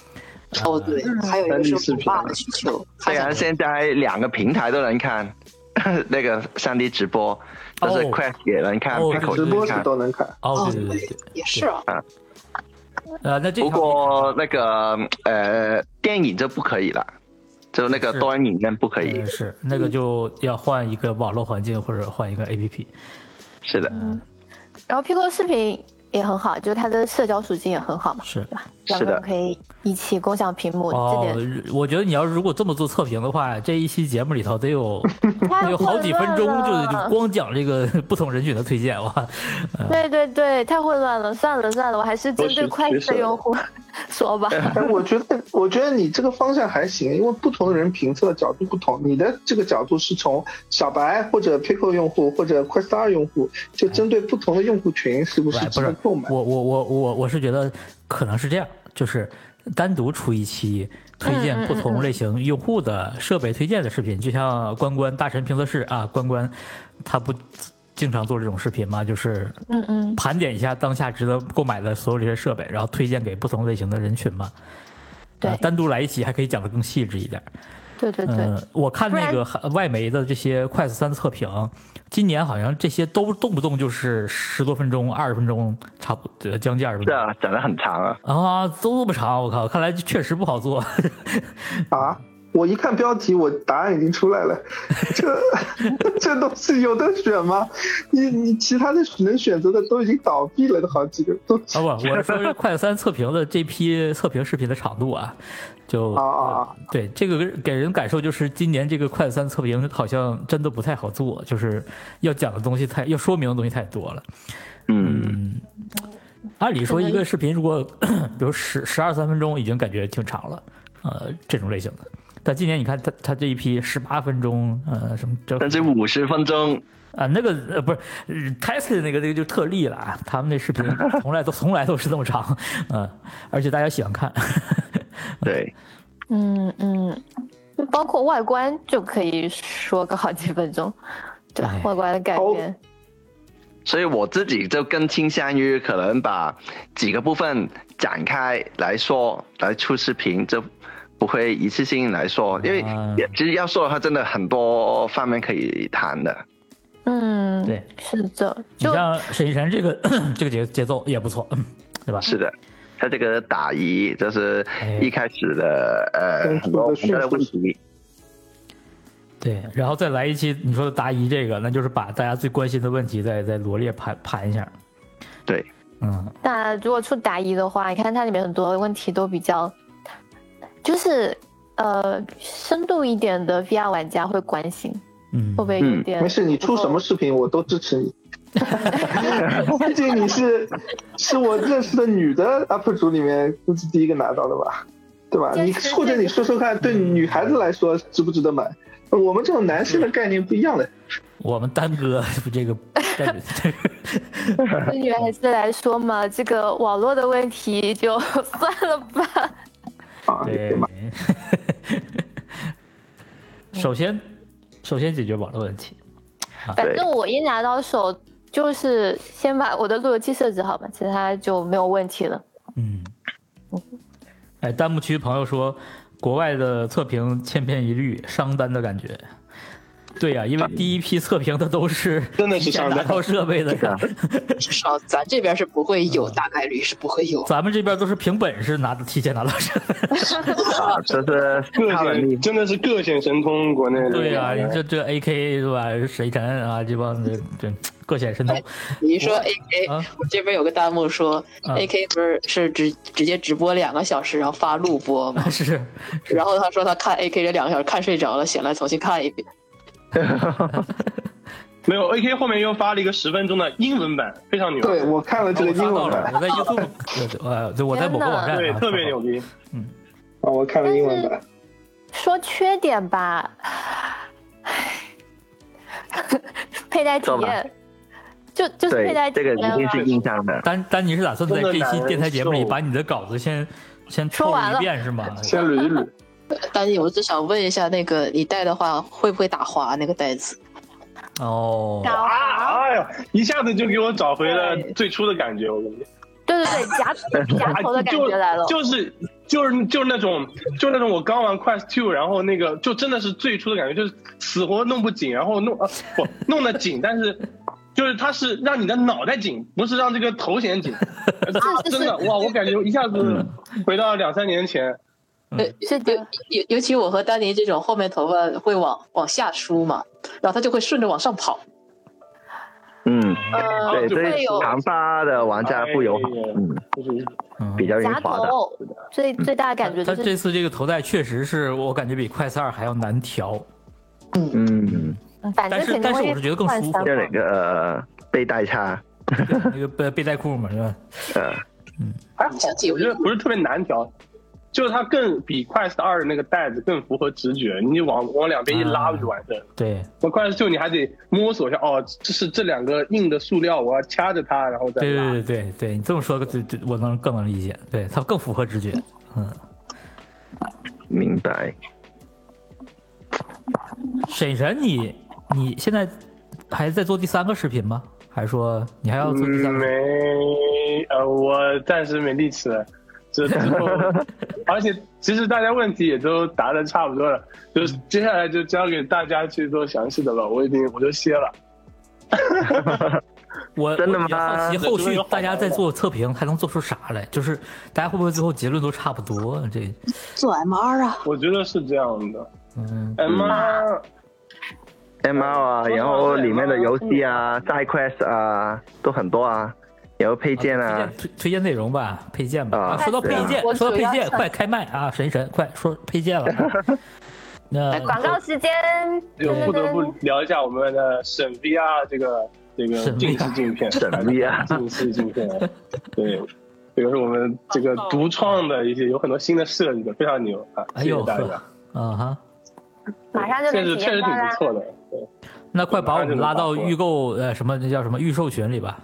[SPEAKER 5] 哦，对，
[SPEAKER 3] 嗯
[SPEAKER 5] 还有一个
[SPEAKER 3] 三 D
[SPEAKER 5] 是
[SPEAKER 3] 视
[SPEAKER 5] 我
[SPEAKER 3] 频
[SPEAKER 5] 爸的需求，他
[SPEAKER 6] 虽然
[SPEAKER 5] 想
[SPEAKER 6] 现在两个平台都能看 那个3 D 直播，就是
[SPEAKER 1] 哦
[SPEAKER 6] Quest 也能看
[SPEAKER 1] 哦
[SPEAKER 6] ，Pico
[SPEAKER 7] 直
[SPEAKER 6] 也能
[SPEAKER 7] 播是
[SPEAKER 6] 看。
[SPEAKER 7] 都能看，
[SPEAKER 1] 哦，
[SPEAKER 5] 哦
[SPEAKER 1] 对对对对，
[SPEAKER 5] 也是啊，
[SPEAKER 1] 呃，那这
[SPEAKER 6] 不
[SPEAKER 1] 条
[SPEAKER 6] 过那个呃电影就不可以了，就那个
[SPEAKER 1] 是
[SPEAKER 6] 端影院不可以
[SPEAKER 1] 呃。是那个就要换一个网络环境或者换一个 APP，
[SPEAKER 6] 是的，
[SPEAKER 1] 嗯
[SPEAKER 2] 然后 Pico 视频也很好，就是它的社交属性也很好嘛，
[SPEAKER 1] 是
[SPEAKER 2] 对吧？
[SPEAKER 6] 是的
[SPEAKER 2] 两个人可以一起共享屏幕，这
[SPEAKER 1] 哦
[SPEAKER 2] 点，
[SPEAKER 1] 我觉得你要如果这么做测评的话，这一期节目里头得有
[SPEAKER 2] 太
[SPEAKER 1] 得有好几分钟
[SPEAKER 2] 混
[SPEAKER 1] 就
[SPEAKER 2] 乱
[SPEAKER 1] 就
[SPEAKER 2] 了
[SPEAKER 1] 光讲这个 不同人群的推荐哇，
[SPEAKER 2] 对对对，太混乱了，算了算了，我还是针对
[SPEAKER 3] 我取
[SPEAKER 2] 快
[SPEAKER 3] 取
[SPEAKER 2] 的
[SPEAKER 3] 舍
[SPEAKER 2] 用户 说吧。
[SPEAKER 7] 但哎我觉得，我觉得你这个方向还行，因为不同的人评测角度不同，你的这个角度是从小白或者 Pico 用户或者 Quest 二用户，就针对不同的用户群，是不是
[SPEAKER 1] 哎
[SPEAKER 7] 值
[SPEAKER 1] 不
[SPEAKER 7] 得
[SPEAKER 1] 是，
[SPEAKER 7] 购买？
[SPEAKER 1] 我我我我我是觉得可能是这样，就是单独出一期推
[SPEAKER 2] 嗯
[SPEAKER 1] 荐不同类型用户的设备推荐的视频，就像关关大神评测室啊，关关他不经常做这种视频嘛，就是
[SPEAKER 2] 嗯嗯，
[SPEAKER 1] 盘点一下当下值得购买的所有这些设备，然后推荐给不同类型的人群嘛。
[SPEAKER 2] 对
[SPEAKER 1] 呃单独来一期还可以讲得更细致一点。
[SPEAKER 2] 对对对，
[SPEAKER 1] 嗯，我看那
[SPEAKER 2] 不
[SPEAKER 1] 个外媒的这些快速三测评，今年好像这些都动不动就是十多分钟、二十分钟，差不多呃将近二十分
[SPEAKER 6] 是
[SPEAKER 1] 钟。
[SPEAKER 6] 啊，讲得很长啊。
[SPEAKER 1] 啊，都这么长，我靠！看来确实不好做。
[SPEAKER 7] 啊，我一看标题，我答案已经出来了。 这这东西有的选吗？你你其他的能选择的都已经倒闭了，都好几个都。
[SPEAKER 1] 啊不，我是说是快三测评的这批测评视频的长度啊，就
[SPEAKER 7] 啊啊啊！
[SPEAKER 1] 对这个给人感受就是今年这个快三测评好像真的不太好做，就是要讲的东西太要说明的东西太多了。
[SPEAKER 6] 嗯，
[SPEAKER 1] 嗯，按理说一个视频如果 比如十十二三分钟已经感觉挺长了，呃，这种类型的。但今年你看他他这一批十八分钟，呃，什么这
[SPEAKER 6] 但是五十分钟
[SPEAKER 1] 啊，那个呃不是 Tesla 那个那个就特例了啊，他们那视 频从来都从来都是这么长，嗯、而且大家喜欢看，
[SPEAKER 6] 对，
[SPEAKER 2] 嗯嗯，包括外观就可以说个好几分钟，对吧
[SPEAKER 1] 哎？
[SPEAKER 2] 外观的改
[SPEAKER 7] 好
[SPEAKER 6] 哦
[SPEAKER 2] 变，
[SPEAKER 6] 所以我自己就更倾向于可能把几个部分展开来说，来出视频，就不会一次性来说，因为
[SPEAKER 1] 啊
[SPEAKER 6] 也其实要说的话，真的很多方面可以谈的。
[SPEAKER 2] 嗯，
[SPEAKER 1] 对，
[SPEAKER 2] 是的，
[SPEAKER 1] 你
[SPEAKER 2] 就
[SPEAKER 1] 像沈一晨这个 这个节节奏也不错，嗯对吧？
[SPEAKER 6] 是的，他这个打疑就是
[SPEAKER 1] 哎
[SPEAKER 6] 一开始的
[SPEAKER 7] 跟
[SPEAKER 6] 呃很多
[SPEAKER 7] 这个
[SPEAKER 6] 很多的问
[SPEAKER 7] 迅速
[SPEAKER 6] 题，
[SPEAKER 1] 对，然后再来一期你说的答疑这个，那就是把大家最关心的问题再再罗列盘盘一下，
[SPEAKER 6] 对，
[SPEAKER 1] 嗯，
[SPEAKER 2] 那如果出答疑的话，你看它里面很多问题都比较，就是呃深度一点的 VR 玩家会关心，
[SPEAKER 1] 嗯
[SPEAKER 2] 会不会有
[SPEAKER 6] 嗯
[SPEAKER 2] 点？
[SPEAKER 7] 没事，你出什么视频我都支持 你。 毕竟你是是我认识的女的 UP 主里面估计第一个拿到的吧，对吧？
[SPEAKER 2] 就是
[SPEAKER 7] 你或者你说说看，对
[SPEAKER 1] 嗯
[SPEAKER 7] 女孩子来说值不值得买？我们这种男生的概念不一样的。
[SPEAKER 1] 我们丹哥这个这个
[SPEAKER 2] 对女孩子来说嘛，这个网络的问题就 算了吧。
[SPEAKER 7] 啊，
[SPEAKER 1] 对，首先首先解决网络问题，
[SPEAKER 6] 啊
[SPEAKER 2] 反正我一拿到手，就是先把我的路由器设置好嘛，其他就没有问题了。
[SPEAKER 1] 嗯，哎，弹幕区朋友说，国外的测评千篇一律，伤单的感觉。对呀、因为第一批测评的都是
[SPEAKER 3] 真的是
[SPEAKER 1] 提前
[SPEAKER 3] 上
[SPEAKER 1] 拿
[SPEAKER 3] 当
[SPEAKER 1] 到设备 的
[SPEAKER 3] 啊
[SPEAKER 1] 人，
[SPEAKER 5] 至少咱这边是不会有，
[SPEAKER 1] 嗯
[SPEAKER 5] 大概率是不会有。
[SPEAKER 1] 咱们这边都是凭本事拿提前拿到设备。
[SPEAKER 6] 啊，这是
[SPEAKER 3] 各
[SPEAKER 6] 他们厉
[SPEAKER 3] 显真的是各显神通，国内 的
[SPEAKER 1] 对啊呀、
[SPEAKER 3] 这
[SPEAKER 1] 你
[SPEAKER 3] 个
[SPEAKER 1] 这这 AK 是吧？水神啊，这帮这这各显神通。
[SPEAKER 5] 你一说 A K，
[SPEAKER 1] 啊
[SPEAKER 5] 我这边有个弹幕说
[SPEAKER 1] 啊。
[SPEAKER 5] A K 不是是直直接直播两个小时，然后发录播
[SPEAKER 3] 哎
[SPEAKER 5] 嘛
[SPEAKER 1] 是，
[SPEAKER 5] 然后他说他看 A K 这两个小时看睡着了，醒来重新看一遍。
[SPEAKER 3] 没有 AK 后面又发了一个十分钟的英文版，非常牛，
[SPEAKER 4] 对我看了这个
[SPEAKER 1] 我刷
[SPEAKER 4] 英
[SPEAKER 1] 到
[SPEAKER 4] 文
[SPEAKER 1] 了
[SPEAKER 4] 版，
[SPEAKER 1] 我在 YouTube，呃， 对我在某个网站、啊，
[SPEAKER 3] 对，特别牛逼。
[SPEAKER 4] 啊，我看了英文版，
[SPEAKER 2] 说缺点吧， 佩戴体
[SPEAKER 6] 说吧
[SPEAKER 2] 验，就就是佩戴
[SPEAKER 6] 对，
[SPEAKER 2] 体
[SPEAKER 6] 这个
[SPEAKER 2] 验
[SPEAKER 6] 一定
[SPEAKER 2] 吧
[SPEAKER 6] 是印象的。
[SPEAKER 1] 丹丹，你是打算在这一期电台节目里
[SPEAKER 3] 真的难受
[SPEAKER 1] 把你的稿子先先
[SPEAKER 2] 说
[SPEAKER 1] 透
[SPEAKER 2] 完
[SPEAKER 1] 一
[SPEAKER 2] 了
[SPEAKER 1] 遍是吗？
[SPEAKER 4] 先捋一捋。
[SPEAKER 5] 丹尼，我只想问一下，那个你戴的话会不会打滑那个带子？
[SPEAKER 1] 哦，
[SPEAKER 2] 搞
[SPEAKER 3] 啊！哎呀，一下子就给我找回了
[SPEAKER 5] 对
[SPEAKER 3] 最初的感觉，我感觉哎
[SPEAKER 2] 对对对， 夹夹头的感觉来了。
[SPEAKER 3] 就是就是就是那种就是那种我刚玩 Quest Two，然后那个就真的是最初的感觉，就是死活弄不紧，然后弄啊不弄得紧，但是就是它是让你的脑袋紧，不是让这个头显紧。啊，真的哇！我感觉一下子回到两三年前，
[SPEAKER 5] 对，
[SPEAKER 2] 是
[SPEAKER 5] 尤
[SPEAKER 2] 的，
[SPEAKER 5] 尤尤其我和丹尼这种后面头发会往往下梳嘛，然后他就会顺着往上跑。
[SPEAKER 6] 嗯，
[SPEAKER 2] 呃，
[SPEAKER 6] 对，
[SPEAKER 2] 会
[SPEAKER 6] 对
[SPEAKER 2] 有
[SPEAKER 6] 长发的玩家不友好，
[SPEAKER 3] 哎呀
[SPEAKER 6] 嗯，
[SPEAKER 3] 就是
[SPEAKER 1] 嗯
[SPEAKER 6] 比较容易
[SPEAKER 2] 夹
[SPEAKER 6] 滑的。
[SPEAKER 2] 头，最最大的感觉
[SPEAKER 1] 他
[SPEAKER 2] 就是
[SPEAKER 1] 这次这个头带确实是我感觉比快四二还要难 调，
[SPEAKER 6] 嗯，
[SPEAKER 2] 反正
[SPEAKER 1] 但是
[SPEAKER 2] 肯定
[SPEAKER 1] 但是
[SPEAKER 2] 会
[SPEAKER 1] 我是觉得更
[SPEAKER 2] 换
[SPEAKER 1] 舒服
[SPEAKER 2] 三
[SPEAKER 6] 这
[SPEAKER 2] 嘛
[SPEAKER 6] 两个呃背带差，
[SPEAKER 1] 那个背背带裤嘛是吧？
[SPEAKER 3] 还好
[SPEAKER 5] 你想，起
[SPEAKER 3] 啊我觉得不是特别难调，就是它更比 Quest 二那个带子更符合直觉，你往往两边一拉
[SPEAKER 1] 嗯
[SPEAKER 3] 就完事儿了。
[SPEAKER 1] 对
[SPEAKER 3] 我快速你还得摸索一下，哦，这是这两个硬的塑料，我要掐着它，然后再
[SPEAKER 1] 对
[SPEAKER 3] 拉。
[SPEAKER 1] 对对对对，你这么说，对对，我能更能理解，对它更符合直觉。嗯，
[SPEAKER 6] 明白。
[SPEAKER 1] 沈神，你你现在还在做第三个视频吗？还是说你还要做第三
[SPEAKER 3] 嗯
[SPEAKER 1] 个视频？
[SPEAKER 3] 没，呃，我暂时没力气了。这之 后，而且其实大家问题也都答的差不多了，就是
[SPEAKER 1] 嗯
[SPEAKER 3] 接下来就交给大家去做详细的了。我已经我都歇了，
[SPEAKER 1] 我
[SPEAKER 6] 真的
[SPEAKER 1] 我比较好
[SPEAKER 6] 吗
[SPEAKER 1] 奇后续
[SPEAKER 3] 有好
[SPEAKER 1] 大家
[SPEAKER 3] 玩
[SPEAKER 1] 在
[SPEAKER 3] 的
[SPEAKER 1] 做测评还能做出啥来？就是大家会不会最后结论都差不多？这
[SPEAKER 5] 做 MR 啊，
[SPEAKER 3] 我觉得是这样的。
[SPEAKER 1] 嗯，
[SPEAKER 3] 哎妈，
[SPEAKER 6] M R 啊，然后里面的游戏啊、side quest 啊，都很多啊，然后配件
[SPEAKER 1] 推
[SPEAKER 6] 啊
[SPEAKER 1] 荐，推推荐内容吧，配件吧。
[SPEAKER 6] 啊
[SPEAKER 1] 说到配件，
[SPEAKER 2] 对啊
[SPEAKER 1] 说到配
[SPEAKER 2] 我主要
[SPEAKER 1] 件，
[SPEAKER 2] 是
[SPEAKER 1] 快开麦啊！神神，快说配件了。那
[SPEAKER 2] 哎广告时间，
[SPEAKER 3] 就不得不聊一下我们的沈 VR 这个这个
[SPEAKER 1] 沈啊
[SPEAKER 3] 近视镜片。
[SPEAKER 6] 沈 VR
[SPEAKER 3] 近视镜片，对，这个是我们这个独创的一些，有很多新的设计的，非常牛啊！
[SPEAKER 1] 哎
[SPEAKER 3] 谢谢
[SPEAKER 1] 呦
[SPEAKER 3] 大
[SPEAKER 1] 呵
[SPEAKER 3] 家，
[SPEAKER 1] 啊哈，
[SPEAKER 2] 马上就
[SPEAKER 3] 确
[SPEAKER 2] 能
[SPEAKER 3] 实
[SPEAKER 2] 体
[SPEAKER 3] 确实
[SPEAKER 2] 验到
[SPEAKER 3] 挺
[SPEAKER 2] 啦
[SPEAKER 3] 不。错的。对
[SPEAKER 1] 那快把我们拉到预购呃什么那叫什么预售群里吧。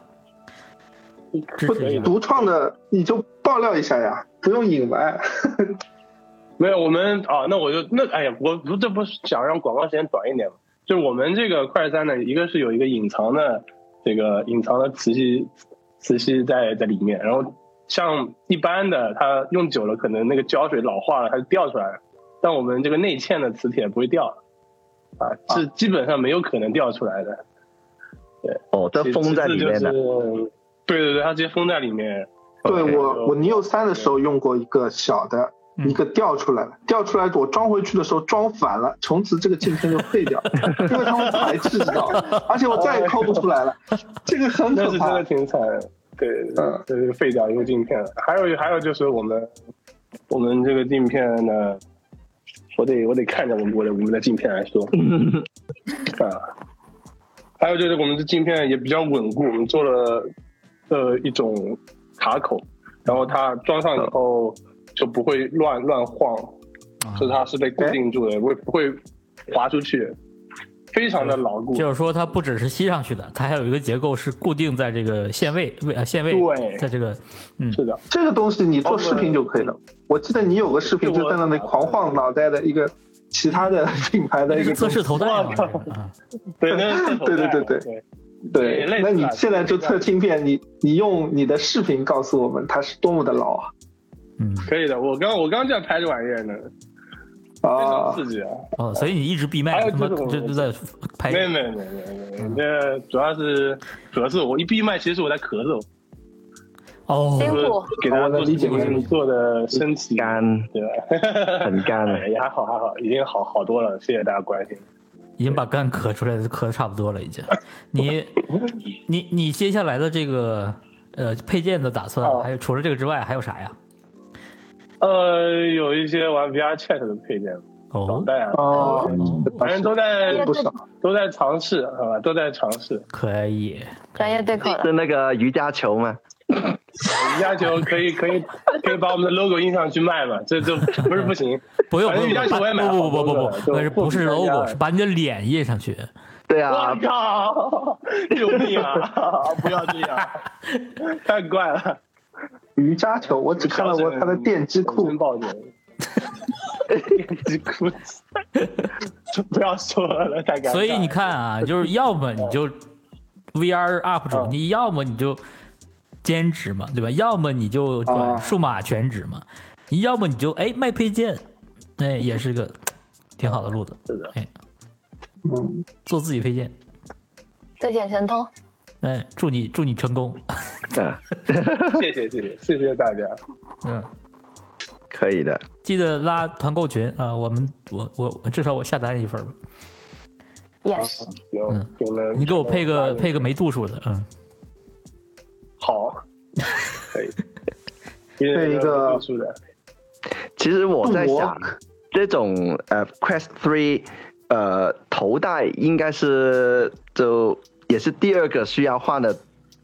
[SPEAKER 1] 支
[SPEAKER 4] 不
[SPEAKER 1] 持一下，
[SPEAKER 4] 独创的你就爆料一下呀，不用隐瞒。
[SPEAKER 3] 没有我们啊，那我就那哎呀，我不这不是想让广告时间短一点嘛？就是我们这个快餐呢，一个是有一个隐藏的这个隐藏的磁吸磁吸在在里面，然后像一般的它用久了，可能那个胶水老化了，它就掉出来了。但我们这个内嵌的磁铁不会掉，啊，是基本上没有可能掉出来的。
[SPEAKER 6] 哦，这封在里面
[SPEAKER 3] 其次
[SPEAKER 6] 的
[SPEAKER 3] 就。是对对对，它直接封在里面。
[SPEAKER 4] 对
[SPEAKER 6] OK
[SPEAKER 4] 我，我 Neo 三的时候用过一个小的，
[SPEAKER 1] 嗯
[SPEAKER 4] 一个掉出来了，掉出来我装回去的时候装反了，从此这个镜片就废 掉了，因为他们排斥知道吗，而且我再也抠不出来了，这个 很
[SPEAKER 3] 哦那
[SPEAKER 4] 可
[SPEAKER 3] 是真
[SPEAKER 4] 怕
[SPEAKER 3] 的。挺惨，对，
[SPEAKER 4] 嗯
[SPEAKER 3] 这是废掉一个镜片。还有还有就是我们我们这个镜片呢，我得我得看着我们我的我们的镜片 来说，啊，还有就是我们的镜片也比较稳固，我们做了呃一种卡口，然后它装上以后就不会乱乱晃，
[SPEAKER 1] 啊
[SPEAKER 3] 是它是被固定住的，不会不会滑出去，非常的牢固。
[SPEAKER 1] 就是说它不只是吸上去的，它还有一个结构是固定在这个线位位呃线位，
[SPEAKER 3] 对
[SPEAKER 1] 在这个嗯
[SPEAKER 3] 是的，
[SPEAKER 4] 这个东西你做视频就可以
[SPEAKER 3] 哦
[SPEAKER 4] 了。我记得你有个视频
[SPEAKER 3] 对
[SPEAKER 4] 就
[SPEAKER 3] 我哦
[SPEAKER 4] 在那里狂晃脑袋的一个其他的品牌的一 个
[SPEAKER 1] 测
[SPEAKER 4] 东西
[SPEAKER 1] 试头戴嘛
[SPEAKER 3] 哇靠
[SPEAKER 1] 这个啊
[SPEAKER 3] 对，那是
[SPEAKER 4] 对对对对
[SPEAKER 3] 对。
[SPEAKER 4] 对
[SPEAKER 3] 类，似
[SPEAKER 4] 那
[SPEAKER 3] 啊
[SPEAKER 4] 你现在
[SPEAKER 3] 这
[SPEAKER 4] 就
[SPEAKER 3] 个
[SPEAKER 4] 测镜片，你你用你的视频告诉我们它是多么的牢啊！
[SPEAKER 1] 嗯。
[SPEAKER 3] 可以的，我刚我刚就在拍这玩意儿呢。非常
[SPEAKER 4] 啊，
[SPEAKER 3] 刺激啊！
[SPEAKER 1] 哦，所以你一直闭麦，
[SPEAKER 3] 还有
[SPEAKER 1] 他妈
[SPEAKER 3] 就是我
[SPEAKER 1] 这都在
[SPEAKER 4] 哎
[SPEAKER 1] 拍
[SPEAKER 3] 没有没有没有没有没有，那主要是咳嗽。我一闭麦，其实我在咳嗽，
[SPEAKER 1] 哦
[SPEAKER 2] 辛
[SPEAKER 3] 就
[SPEAKER 2] 苦
[SPEAKER 3] 是给大家做进行做的升级，
[SPEAKER 6] 干，
[SPEAKER 3] 对吧？
[SPEAKER 6] 很 干的。
[SPEAKER 3] 也还好还好，已经好好多了，谢谢大家关心。
[SPEAKER 1] 已经把肝咳出来，咳的差不多了，已经。 你你你接下来的这个呃配件的打算，
[SPEAKER 3] 哦
[SPEAKER 1] 还有除了这个之外还有啥呀？
[SPEAKER 3] 呃，有一些玩 VR Chat 的配件，
[SPEAKER 1] 哦
[SPEAKER 3] 绑，带啊，
[SPEAKER 4] 哦，
[SPEAKER 3] 反正都在
[SPEAKER 4] 也不少。
[SPEAKER 3] 都在尝试，好吧，都在尝试。
[SPEAKER 1] 可以，
[SPEAKER 2] 专业对口了。
[SPEAKER 6] 是那个瑜伽球吗？
[SPEAKER 3] 瑜伽球可以可以可以把我们的 logo 印上去卖嘛？这这不是不行，
[SPEAKER 1] 不用
[SPEAKER 3] 反
[SPEAKER 1] 不用
[SPEAKER 3] 正瑜伽球我也买了
[SPEAKER 1] 不不不不
[SPEAKER 3] 好
[SPEAKER 1] 不，
[SPEAKER 3] 多
[SPEAKER 1] 不
[SPEAKER 3] 个
[SPEAKER 1] 是
[SPEAKER 3] 就
[SPEAKER 1] 不是
[SPEAKER 3] 货比三家
[SPEAKER 1] logo，是把你的脸印上去。
[SPEAKER 6] 对
[SPEAKER 3] 我
[SPEAKER 6] 啊，
[SPEAKER 3] 靠！救命 啊！不要这样，太怪了。
[SPEAKER 4] 瑜伽球，我只看到过他的电击裤
[SPEAKER 3] 真。抱歉。 电击裤， 不要说了，太尴尬了。
[SPEAKER 1] 所以你看啊，就是要么你就 VR UP 主，
[SPEAKER 3] 嗯
[SPEAKER 1] 你要么你就兼职嘛，对吧？要么你
[SPEAKER 3] 嗯
[SPEAKER 1] 就转
[SPEAKER 4] 哦
[SPEAKER 1] 数码全职嘛，你要么你就哎卖配件，哎也是个挺好的路子。
[SPEAKER 3] 是的，
[SPEAKER 1] 哎，
[SPEAKER 4] 嗯，
[SPEAKER 1] 做自己配件。
[SPEAKER 2] 对简神通，
[SPEAKER 1] 哎，祝你祝你成功。
[SPEAKER 6] 嗯，
[SPEAKER 3] 谢谢谢谢谢谢大家。
[SPEAKER 1] 嗯，
[SPEAKER 6] 可以的。
[SPEAKER 1] 记得拉团购群啊、我们我我我至少我下单一份吧。
[SPEAKER 2] yes，
[SPEAKER 3] 行，我们
[SPEAKER 1] 嗯你给我配
[SPEAKER 3] 嗯
[SPEAKER 1] 个配个没度数的，嗯，
[SPEAKER 3] 好，可以。
[SPEAKER 4] 配一个
[SPEAKER 3] 特殊的，
[SPEAKER 6] 其实我在
[SPEAKER 4] 我
[SPEAKER 6] 想，这种呃 Quest Three 呃头戴应该是就也是第二个需要换的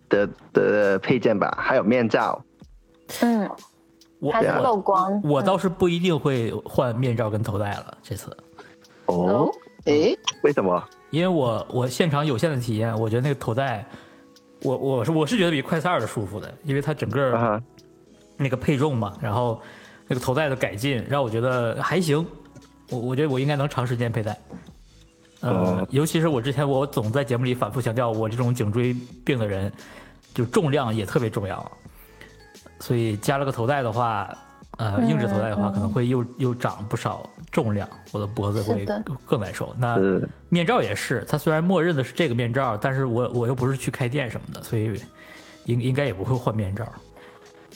[SPEAKER 6] 的的配件吧，还有面罩。
[SPEAKER 2] 嗯，
[SPEAKER 1] 我
[SPEAKER 2] 还是
[SPEAKER 1] 我
[SPEAKER 2] 漏光。
[SPEAKER 1] 我倒是不一定会换面罩跟头戴了，这次，
[SPEAKER 6] 哦，
[SPEAKER 5] 诶，
[SPEAKER 6] 为什么？
[SPEAKER 1] 因为我我现场有限的体验，我觉得那个头戴，我我是我是觉得比快三二的舒服的，因为它整
[SPEAKER 2] 哦
[SPEAKER 6] 啊
[SPEAKER 1] 个
[SPEAKER 6] 哈，
[SPEAKER 1] 那个配重嘛，然后那个头戴的改进，让我觉得还行，我我觉得我应该能长时间佩戴。呃
[SPEAKER 6] 哦，
[SPEAKER 1] 尤其是我之前我总在节目里反复强调，我这种颈椎病的人，就重量也特别重要，所以加了个头戴的话，呃，硬质头戴的
[SPEAKER 2] 嗯
[SPEAKER 1] 话，可能会又又长不少重量，我的脖子会
[SPEAKER 2] 是的
[SPEAKER 1] 更难受。那
[SPEAKER 6] 是
[SPEAKER 1] 面罩也是，它虽然默认的是这个面罩，但是我我又不是去开店什么的，所以应应该也不会换面罩。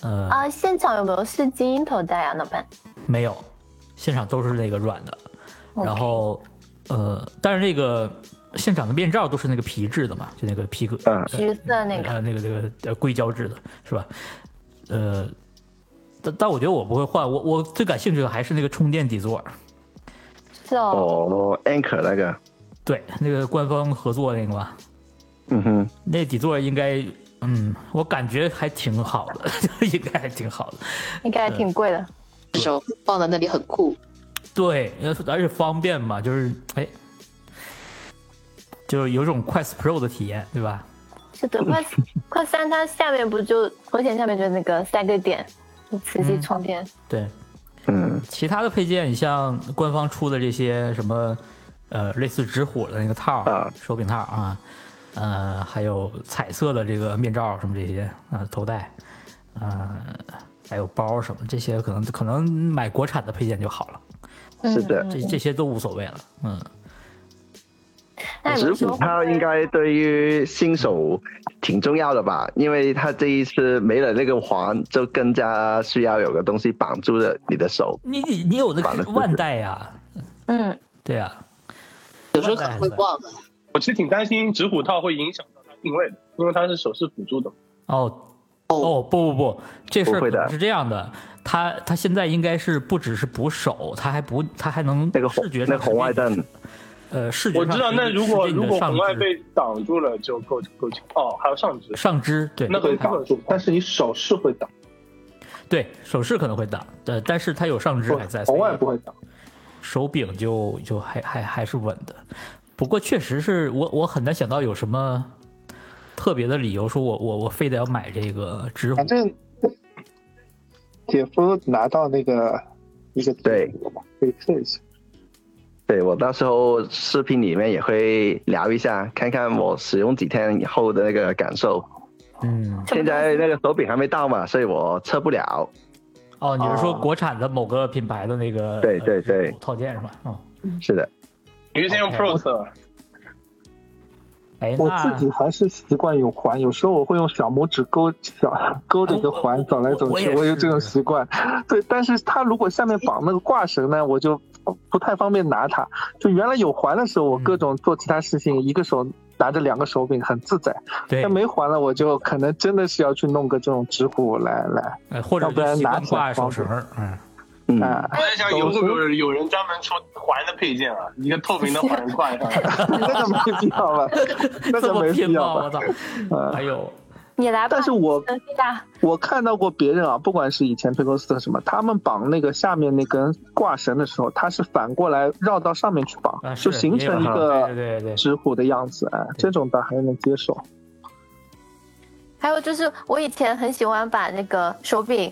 [SPEAKER 1] 呃，
[SPEAKER 2] 啊，现场有没有试精英头戴啊？老板，
[SPEAKER 1] 没有，现场都是那个软的，然后呃，但是那个现场的面罩都是那个皮质的嘛，就那个皮革，
[SPEAKER 6] 嗯
[SPEAKER 2] 橘色那个，
[SPEAKER 1] 呃那个那个呃硅胶制的是吧？呃，但但我觉得我不会换，我我最感兴趣的还是那个充电底座，
[SPEAKER 2] 是哦，
[SPEAKER 6] 哦，Anchor 那个，
[SPEAKER 1] 对，那个官方合作那个嘛，
[SPEAKER 6] 嗯哼，
[SPEAKER 1] 那底座应该。嗯，我感觉还挺好的， 应该还挺好的。
[SPEAKER 2] 应该还挺贵的。
[SPEAKER 5] 这种放在那里很酷。
[SPEAKER 1] 对，呃而且方便嘛，就是哎，就是有一种 Quest Pro 的体验，对吧？
[SPEAKER 2] 是的，快快三它下面不就头显下面就是那个三个点，磁吸充电。
[SPEAKER 1] 对，
[SPEAKER 6] 嗯，
[SPEAKER 1] 其他的配件，你像官方出的这些什么，呃，类似纸虎的那个套儿、
[SPEAKER 6] 啊
[SPEAKER 1] 手柄套儿啊，呃，还有彩色的这个面罩儿什么这些啊、头戴，呃，还有包儿什么这些，可能可能买国产的配件就好了，
[SPEAKER 2] 嗯
[SPEAKER 6] 是的。
[SPEAKER 1] 这这些都无所谓了，嗯。
[SPEAKER 2] 那你
[SPEAKER 6] 纸
[SPEAKER 2] 们
[SPEAKER 6] 虎
[SPEAKER 2] 说，
[SPEAKER 6] 套应该对于新手挺重要的吧，因为他这一次没了那个环，就更加需要有个东西绑住了你的手。
[SPEAKER 1] 你你你有那
[SPEAKER 6] 反了
[SPEAKER 1] 个
[SPEAKER 6] 是
[SPEAKER 1] 腕带呀、
[SPEAKER 2] 嗯，
[SPEAKER 1] 对啊呀、
[SPEAKER 5] 有时候可能会忘，啊
[SPEAKER 3] 我其实挺担心纸虎套会影响到它定位的，因为它是手势辅助的嘛。
[SPEAKER 1] 哦。哦不不不，这事儿
[SPEAKER 6] 不会的
[SPEAKER 1] 可能是这样的，它它现在应该是不只是补手，它还补它还能
[SPEAKER 6] 那个红
[SPEAKER 1] 视觉
[SPEAKER 6] 那
[SPEAKER 1] 上
[SPEAKER 6] 个红外
[SPEAKER 1] 识别你
[SPEAKER 6] 灯，
[SPEAKER 1] 呃，视觉
[SPEAKER 3] 我
[SPEAKER 1] 上
[SPEAKER 3] 知道，那如果
[SPEAKER 1] 识别你
[SPEAKER 3] 如
[SPEAKER 1] 的
[SPEAKER 3] 果
[SPEAKER 1] 上
[SPEAKER 3] 红外
[SPEAKER 1] 肢
[SPEAKER 3] 被挡住了，就够够呛哦，还有上肢，
[SPEAKER 1] 上肢对
[SPEAKER 3] 那
[SPEAKER 4] 会挡住，但是你手势会挡，
[SPEAKER 1] 对手势可能会挡，呃，但是它有上肢还在，
[SPEAKER 4] 红
[SPEAKER 1] 所
[SPEAKER 4] 外
[SPEAKER 1] 以
[SPEAKER 4] 不会挡。
[SPEAKER 1] 手柄就就还还还是稳的。不过确实是我我很难想到有什么特别的理由，说我我我非得要买这个直虎
[SPEAKER 4] 反正姐夫拿到那个一个
[SPEAKER 6] 对
[SPEAKER 4] 可以测一下。
[SPEAKER 6] 对我到时候视频里面也会聊一下，看看我使用几天以后的那个感受。
[SPEAKER 1] 嗯
[SPEAKER 2] 什么
[SPEAKER 6] 现在那个手柄还没到嘛，所以我测不了。
[SPEAKER 1] 哦，你是说
[SPEAKER 7] 哦
[SPEAKER 1] 国产的某个品牌的那个
[SPEAKER 6] 啊对对
[SPEAKER 1] 呃
[SPEAKER 6] 对
[SPEAKER 1] 套件是吧？哦，
[SPEAKER 6] 是的，
[SPEAKER 3] 你是先用
[SPEAKER 1] OK
[SPEAKER 3] Pro 测吧，
[SPEAKER 1] 哎，
[SPEAKER 7] 我
[SPEAKER 1] 那
[SPEAKER 7] 自己还是习惯有环，有时候我会用小拇指勾小勾着一个环走来走
[SPEAKER 1] 啊我
[SPEAKER 7] 去，
[SPEAKER 1] 也
[SPEAKER 7] 我有
[SPEAKER 1] 是
[SPEAKER 7] 这种习惯。对，但是它如果下面绑那个挂绳呢，我就不太方便拿它。就原来有环的时候，我各种做其他事情，一个手拿着两个手柄很自在。
[SPEAKER 1] 对
[SPEAKER 7] 但，没环了，我就可能真的是要去弄个这种指虎来来。
[SPEAKER 1] 呃或者
[SPEAKER 7] 要不然
[SPEAKER 1] 就习惯
[SPEAKER 7] 拿起来
[SPEAKER 1] 挂手
[SPEAKER 7] 方
[SPEAKER 1] 绳
[SPEAKER 7] 便
[SPEAKER 1] 儿，嗯，
[SPEAKER 6] 嗯，
[SPEAKER 7] 啊、
[SPEAKER 3] 我在想有会有有人专门出环的配件啊，一个透 明的环挂上，
[SPEAKER 7] 那就没必要了，那
[SPEAKER 1] 这
[SPEAKER 7] 就
[SPEAKER 1] 么
[SPEAKER 7] 没必
[SPEAKER 1] 拼吗？
[SPEAKER 7] 要
[SPEAKER 1] 我
[SPEAKER 7] 了。
[SPEAKER 1] 操！
[SPEAKER 7] 呃，
[SPEAKER 1] 哎呦，
[SPEAKER 2] 你来吧。
[SPEAKER 7] 但是我
[SPEAKER 2] 嗯对的，
[SPEAKER 7] 我看到过别人啊，不管是以前 p i c o s t 什么，他们绑那个下面那根挂绳的时候，他是反过来绕到上面去绑，
[SPEAKER 1] 啊，
[SPEAKER 7] 嗯就是形
[SPEAKER 1] 也有
[SPEAKER 7] 成一
[SPEAKER 1] 哈对
[SPEAKER 7] 个
[SPEAKER 1] 对对对，
[SPEAKER 7] 纸虎的样子。哎，这种倒还能接受。
[SPEAKER 2] 还有就是我以前很喜欢把那个手柄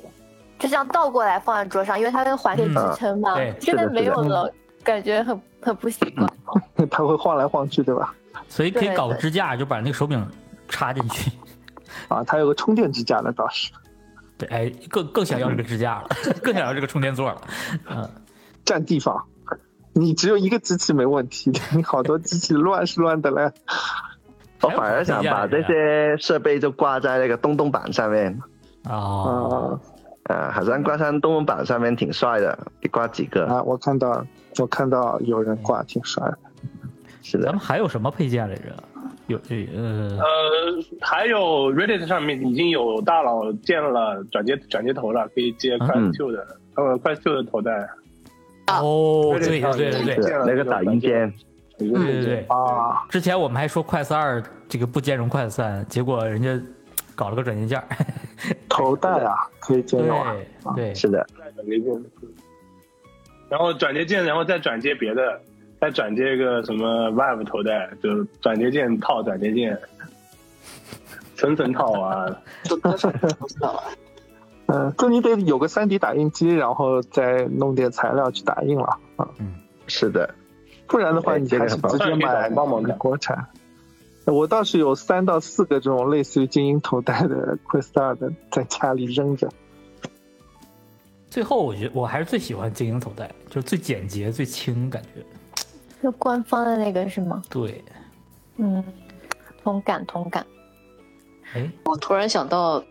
[SPEAKER 2] 就这样倒过来放在桌上，因为它那个环可以支撑嘛。
[SPEAKER 1] 嗯对
[SPEAKER 2] 现在
[SPEAKER 7] 是的
[SPEAKER 2] 没
[SPEAKER 7] 是的
[SPEAKER 2] 有了，感觉很很不习惯。
[SPEAKER 7] 他会晃来晃去，对吧？
[SPEAKER 1] 所以可以
[SPEAKER 2] 对
[SPEAKER 1] 搞
[SPEAKER 2] 对
[SPEAKER 1] 支架，就把那个手柄插进去。
[SPEAKER 7] 啊，他有个充电支架的倒是
[SPEAKER 1] 对，哎，更更想要这个支架了，更想要这个充电座了。
[SPEAKER 7] 占地方。你只有一个机器没问题，你好多机器乱是乱的嘞。
[SPEAKER 6] 我反而想把这些设备就挂在那个东东板上面，
[SPEAKER 7] 啊、
[SPEAKER 1] 哦，
[SPEAKER 6] 啊，好像挂上东东板上面挺帅的，你挂几个？
[SPEAKER 7] 啊！我看到，我看到有人挂，挺帅的。
[SPEAKER 6] 是
[SPEAKER 1] 咱
[SPEAKER 6] 的
[SPEAKER 1] 们，还有什么配件来着？有呃，
[SPEAKER 3] 呃，还有 Reddit 上面已经有大佬建了转接转接头了，可以接快
[SPEAKER 6] 嗯
[SPEAKER 3] Q 的，呃，快 Q 的头戴，
[SPEAKER 7] 啊
[SPEAKER 1] 哦，
[SPEAKER 3] 对
[SPEAKER 1] 对对对对
[SPEAKER 3] 对
[SPEAKER 1] 对
[SPEAKER 6] 是的那个打印间，
[SPEAKER 3] 对
[SPEAKER 1] 对对对。
[SPEAKER 7] 啊，
[SPEAKER 1] 之前我们还说快四二这个不兼容快三，结果人家搞了个转接件儿。
[SPEAKER 7] 头戴啊，可以兼容啊。
[SPEAKER 1] 对对，
[SPEAKER 6] 是的，
[SPEAKER 3] 然后转接键，然后再转接别的，再转接个什么 Vive 头戴，就是转接键套转接键，层层套啊。
[SPEAKER 5] 就都是不知道了
[SPEAKER 7] 嗯，这你得有个 3D 打印机，然后再弄点材料去打印了啊，
[SPEAKER 6] 是的，
[SPEAKER 7] 不然的话
[SPEAKER 6] 哎
[SPEAKER 7] 你
[SPEAKER 6] 这个
[SPEAKER 7] 还是
[SPEAKER 6] 很棒
[SPEAKER 7] 直接买
[SPEAKER 3] 帮忙看
[SPEAKER 7] 国产。我倒是有三到四个这种类似于精英头戴的 Quest 二的，在家里扔着。
[SPEAKER 1] 最后我觉我还是最喜欢精英头戴，就是最简洁、最轻，感觉
[SPEAKER 2] 就官方的那个是吗？
[SPEAKER 1] 对。
[SPEAKER 2] 嗯，同感同感，
[SPEAKER 1] 哎，
[SPEAKER 5] 我突然想到，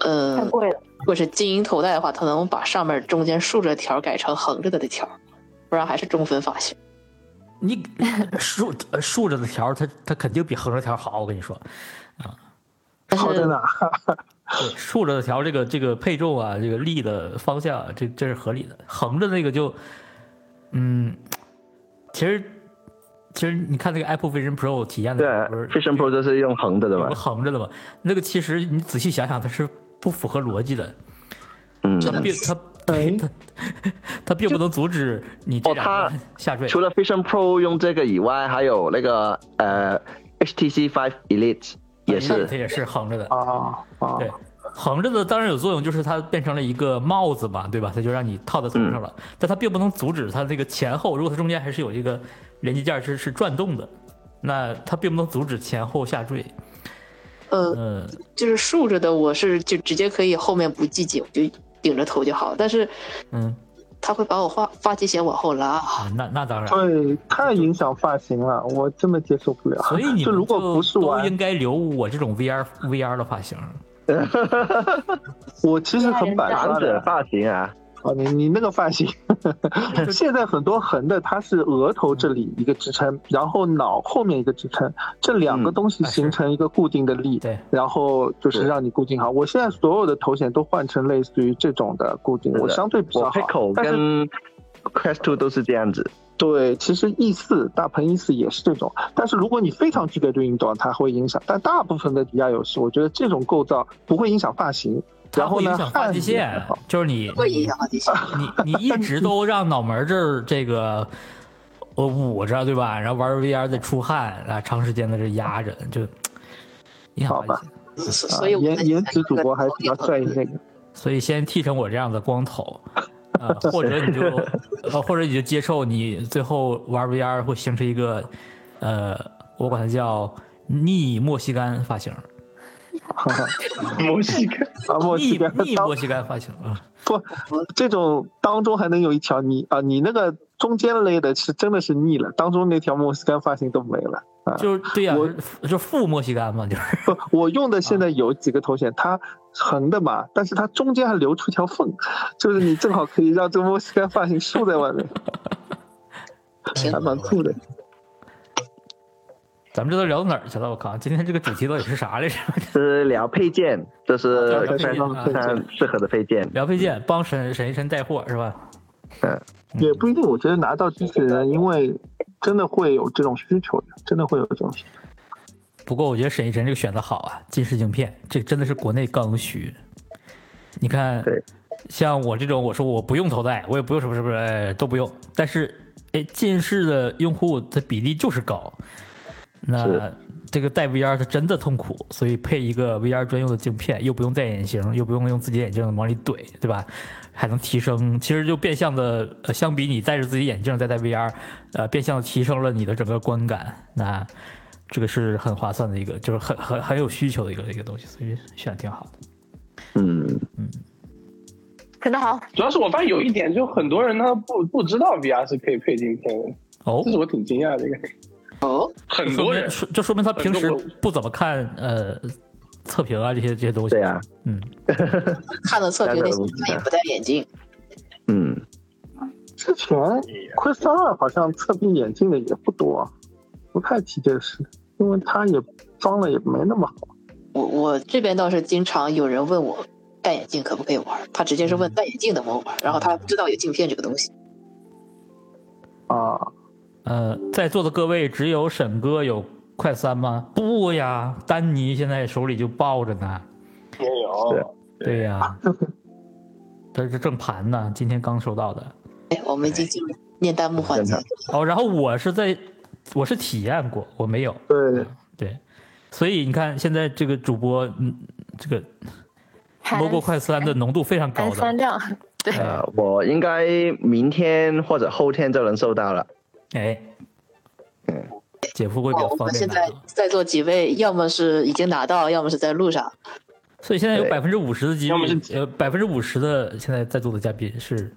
[SPEAKER 5] 呃，
[SPEAKER 2] 太贵了。
[SPEAKER 5] 如果是金银头戴的话，它能把上面中间竖着的条改成横着的那条，不然还是中分发型。
[SPEAKER 1] 你 竖呃竖着的条儿，它它肯定比横着条儿好，我跟你说。
[SPEAKER 5] 但
[SPEAKER 7] 好的
[SPEAKER 5] 是
[SPEAKER 7] 呢，
[SPEAKER 1] 对，竖着的条这个这个配重啊，这个力的方向啊，这这是合理的。横着那个就，嗯，其实其实你看那个 Apple Vision Pro 体验
[SPEAKER 6] 对啊
[SPEAKER 1] 的嗯不是
[SPEAKER 6] ，Vision Pro 就是用横着的
[SPEAKER 1] 有
[SPEAKER 6] 嘛
[SPEAKER 1] 个，横着的嘛，那个其实你仔细想想，它是不符合逻辑的，
[SPEAKER 6] 嗯，
[SPEAKER 1] 它并它
[SPEAKER 7] 哎，
[SPEAKER 1] 它并不能阻止你这
[SPEAKER 6] 哦
[SPEAKER 1] 两
[SPEAKER 6] 它
[SPEAKER 1] 个下坠。
[SPEAKER 6] 除了 Vision Pro 用这个以外，还有那个呃 HTC Five Elite 也是
[SPEAKER 1] 它，也是横着的，
[SPEAKER 7] 啊啊，
[SPEAKER 1] 对，横着的当然有作用，就是它变成了一个帽子嘛，对吧？它就让你套在头上了，
[SPEAKER 7] 嗯
[SPEAKER 1] 但它并不能阻止它这个前后。如果它中间还是有这个连接件儿是是转动的，那它并不能阻止前后下坠。
[SPEAKER 5] 呃，
[SPEAKER 1] 嗯，
[SPEAKER 5] 就是竖着的，我是就直接可以后面不系紧，就顶着头就好。但是
[SPEAKER 1] 嗯，
[SPEAKER 5] 它会把我发发际线往后拉。
[SPEAKER 1] 啊，那那当然。
[SPEAKER 7] 对，太影响发型了，我真的接受不了。
[SPEAKER 1] 所以你
[SPEAKER 7] 就
[SPEAKER 1] 们
[SPEAKER 7] 如果
[SPEAKER 1] 就
[SPEAKER 7] 不是
[SPEAKER 1] 都
[SPEAKER 7] 玩
[SPEAKER 1] 应该留我这种 VR VR 的发型。
[SPEAKER 7] 我其实很 板
[SPEAKER 6] 长
[SPEAKER 7] 刷
[SPEAKER 6] 者
[SPEAKER 7] 的
[SPEAKER 6] 发型啊，
[SPEAKER 7] 啊，你你那个 发型，现在很多横的，它是额头这里一个支
[SPEAKER 1] 嗯
[SPEAKER 7] 撑，然后脑后面一个支撑，这两个
[SPEAKER 6] 嗯
[SPEAKER 7] 东西
[SPEAKER 1] 啊是
[SPEAKER 7] 形成一个固定的力，
[SPEAKER 1] 对，
[SPEAKER 7] 然后就是
[SPEAKER 6] 是
[SPEAKER 7] 让你固定好。我现在所有的头衔都换成类似于这种的固定，
[SPEAKER 6] 是的
[SPEAKER 7] 我相对比较
[SPEAKER 6] 我
[SPEAKER 7] 好
[SPEAKER 6] Pico。
[SPEAKER 7] 但是
[SPEAKER 6] 跟 Quest Two 都是这样子，
[SPEAKER 7] 对，其实 E 四大鹏 E 四也是这种，但是如果你非常剧烈的运动，它会影响。但大部分的底亚游戏，我觉得这种构造不会影响发型，
[SPEAKER 1] 它
[SPEAKER 7] 然后
[SPEAKER 1] 会影
[SPEAKER 7] 呢，啊
[SPEAKER 1] 响发际
[SPEAKER 7] 汗也
[SPEAKER 1] 线
[SPEAKER 7] 很好，
[SPEAKER 1] 就是你
[SPEAKER 5] 会影响发际线，
[SPEAKER 1] 你你一直都让脑门儿这儿这个呃捂着，对吧？然后玩儿 VR 再出汗啊，长时间的这压着，就影响
[SPEAKER 7] 好吧
[SPEAKER 1] 环境
[SPEAKER 5] 所
[SPEAKER 7] 啊
[SPEAKER 5] 所以我
[SPEAKER 7] 颜
[SPEAKER 5] 才
[SPEAKER 7] 颜值主播还
[SPEAKER 5] 觉
[SPEAKER 7] 比
[SPEAKER 5] 得
[SPEAKER 7] 较在意那个。
[SPEAKER 1] 所以先剃成我这样的光头，呃，或者 你就呃，或者你就接受你最后玩儿 VR 会形成一个呃，我管它叫逆墨西干发型，
[SPEAKER 3] 墨西哥，
[SPEAKER 7] 啊，墨
[SPEAKER 1] 逆
[SPEAKER 7] 西哥
[SPEAKER 1] 逆
[SPEAKER 7] 当
[SPEAKER 1] 墨西干发型啊，
[SPEAKER 7] 不，这种当中还能有一条你啊，你那个中间类的是真的是腻了，当中那条莫斯干发型都没了 啊。
[SPEAKER 1] 就是对呀、
[SPEAKER 7] 我
[SPEAKER 1] 就是副莫西干嘛，就是
[SPEAKER 7] 不，我用的现在有几个头衔，它横的嘛，但是它中间还留出条缝，就是你正好可以让这个莫斯干发型竖在外面，
[SPEAKER 5] 挺
[SPEAKER 7] 还蛮酷的。
[SPEAKER 1] 咱们这都聊到哪儿去了？我靠，今天这个主题到底是啥来着？
[SPEAKER 6] 是聊配件，就是
[SPEAKER 1] 聊配
[SPEAKER 6] 看
[SPEAKER 1] 件啊
[SPEAKER 6] 看适合的配件。
[SPEAKER 1] 聊配件，帮沈沈一晨带货是吧？
[SPEAKER 7] 也不一定，我觉得拿到机器人，因为真的会有这种需求的，真的会有这种需求。
[SPEAKER 1] 不过我觉得沈一晨这个选择好啊，近视镜片，这真的是国内刚需。你看
[SPEAKER 6] 对，
[SPEAKER 1] 像我这种，我说我不用头戴，我也不用什么什么、哎、都不用，但是哎，近视的用户的比例就是高。那
[SPEAKER 6] 是
[SPEAKER 1] 这个戴 VR 它真的痛苦，所以配一个 VR 专用的镜片，又不用戴眼镜，又不用用自己眼镜往里怼，对吧？还能提升，其实就变相的，呃相比你戴着自己眼镜再戴 VR，呃，变相地提升了你的整个观感。那这个是很划算的一个，就是很很很有需求的一个一个东西，所以选的挺好的。
[SPEAKER 6] 嗯，
[SPEAKER 2] 可能好，
[SPEAKER 3] 主要是我发现有一点，就很多人他不不知道 VR 是可以配镜片的，
[SPEAKER 1] 哦
[SPEAKER 3] 这，是我挺惊讶的一个。
[SPEAKER 5] 哦，
[SPEAKER 3] 很
[SPEAKER 1] 说
[SPEAKER 3] 多
[SPEAKER 1] 明
[SPEAKER 3] 人
[SPEAKER 1] 说这说明他平时
[SPEAKER 3] 很多
[SPEAKER 1] 不怎么看呃测评啊这些这些东西。
[SPEAKER 6] 对啊，
[SPEAKER 1] 嗯，
[SPEAKER 5] 看了测评那些，他也不戴眼镜，
[SPEAKER 6] 嗯，
[SPEAKER 7] 之前 Quest 二好像测评眼镜的也不多，啊不太提这个事，因为它也装的也没那么好。
[SPEAKER 5] 我我这边倒是经常有人问我戴眼镜可不可以玩，他直接是
[SPEAKER 7] 嗯
[SPEAKER 5] 问戴眼镜能不能玩，然后他还不知道有镜片这个东西。
[SPEAKER 7] 啊，
[SPEAKER 1] 呃，在座的各位只有沈哥有快三吗？不呀，丹尼现在手里就抱着呢。
[SPEAKER 3] 也有，
[SPEAKER 1] 对呀、他是正盘呢，今天刚收到的。
[SPEAKER 5] 哎，我们已经进入念弹幕环节了，
[SPEAKER 1] 哦，然后我是在，我是体验过，我没有。
[SPEAKER 7] 对，
[SPEAKER 1] 对，所以你看现在这个主播，嗯，这个
[SPEAKER 2] 含
[SPEAKER 1] logo 快三的浓度非常高
[SPEAKER 2] 含酸
[SPEAKER 1] 的。
[SPEAKER 2] 量，对，
[SPEAKER 6] 呃，我应该明天或者后天就能收到了。
[SPEAKER 1] 哎，姐夫会比较
[SPEAKER 5] 哦我
[SPEAKER 1] 方
[SPEAKER 5] 们
[SPEAKER 1] 便
[SPEAKER 5] 现
[SPEAKER 1] 拿
[SPEAKER 5] 在
[SPEAKER 1] 到。
[SPEAKER 5] 在座几位，要么是已经拿到，要么是在路上。
[SPEAKER 1] 所以现在有
[SPEAKER 6] 对
[SPEAKER 1] 百分之五十的几
[SPEAKER 3] 要么
[SPEAKER 1] 率，呃，百分之五十的现在在座的嘉宾是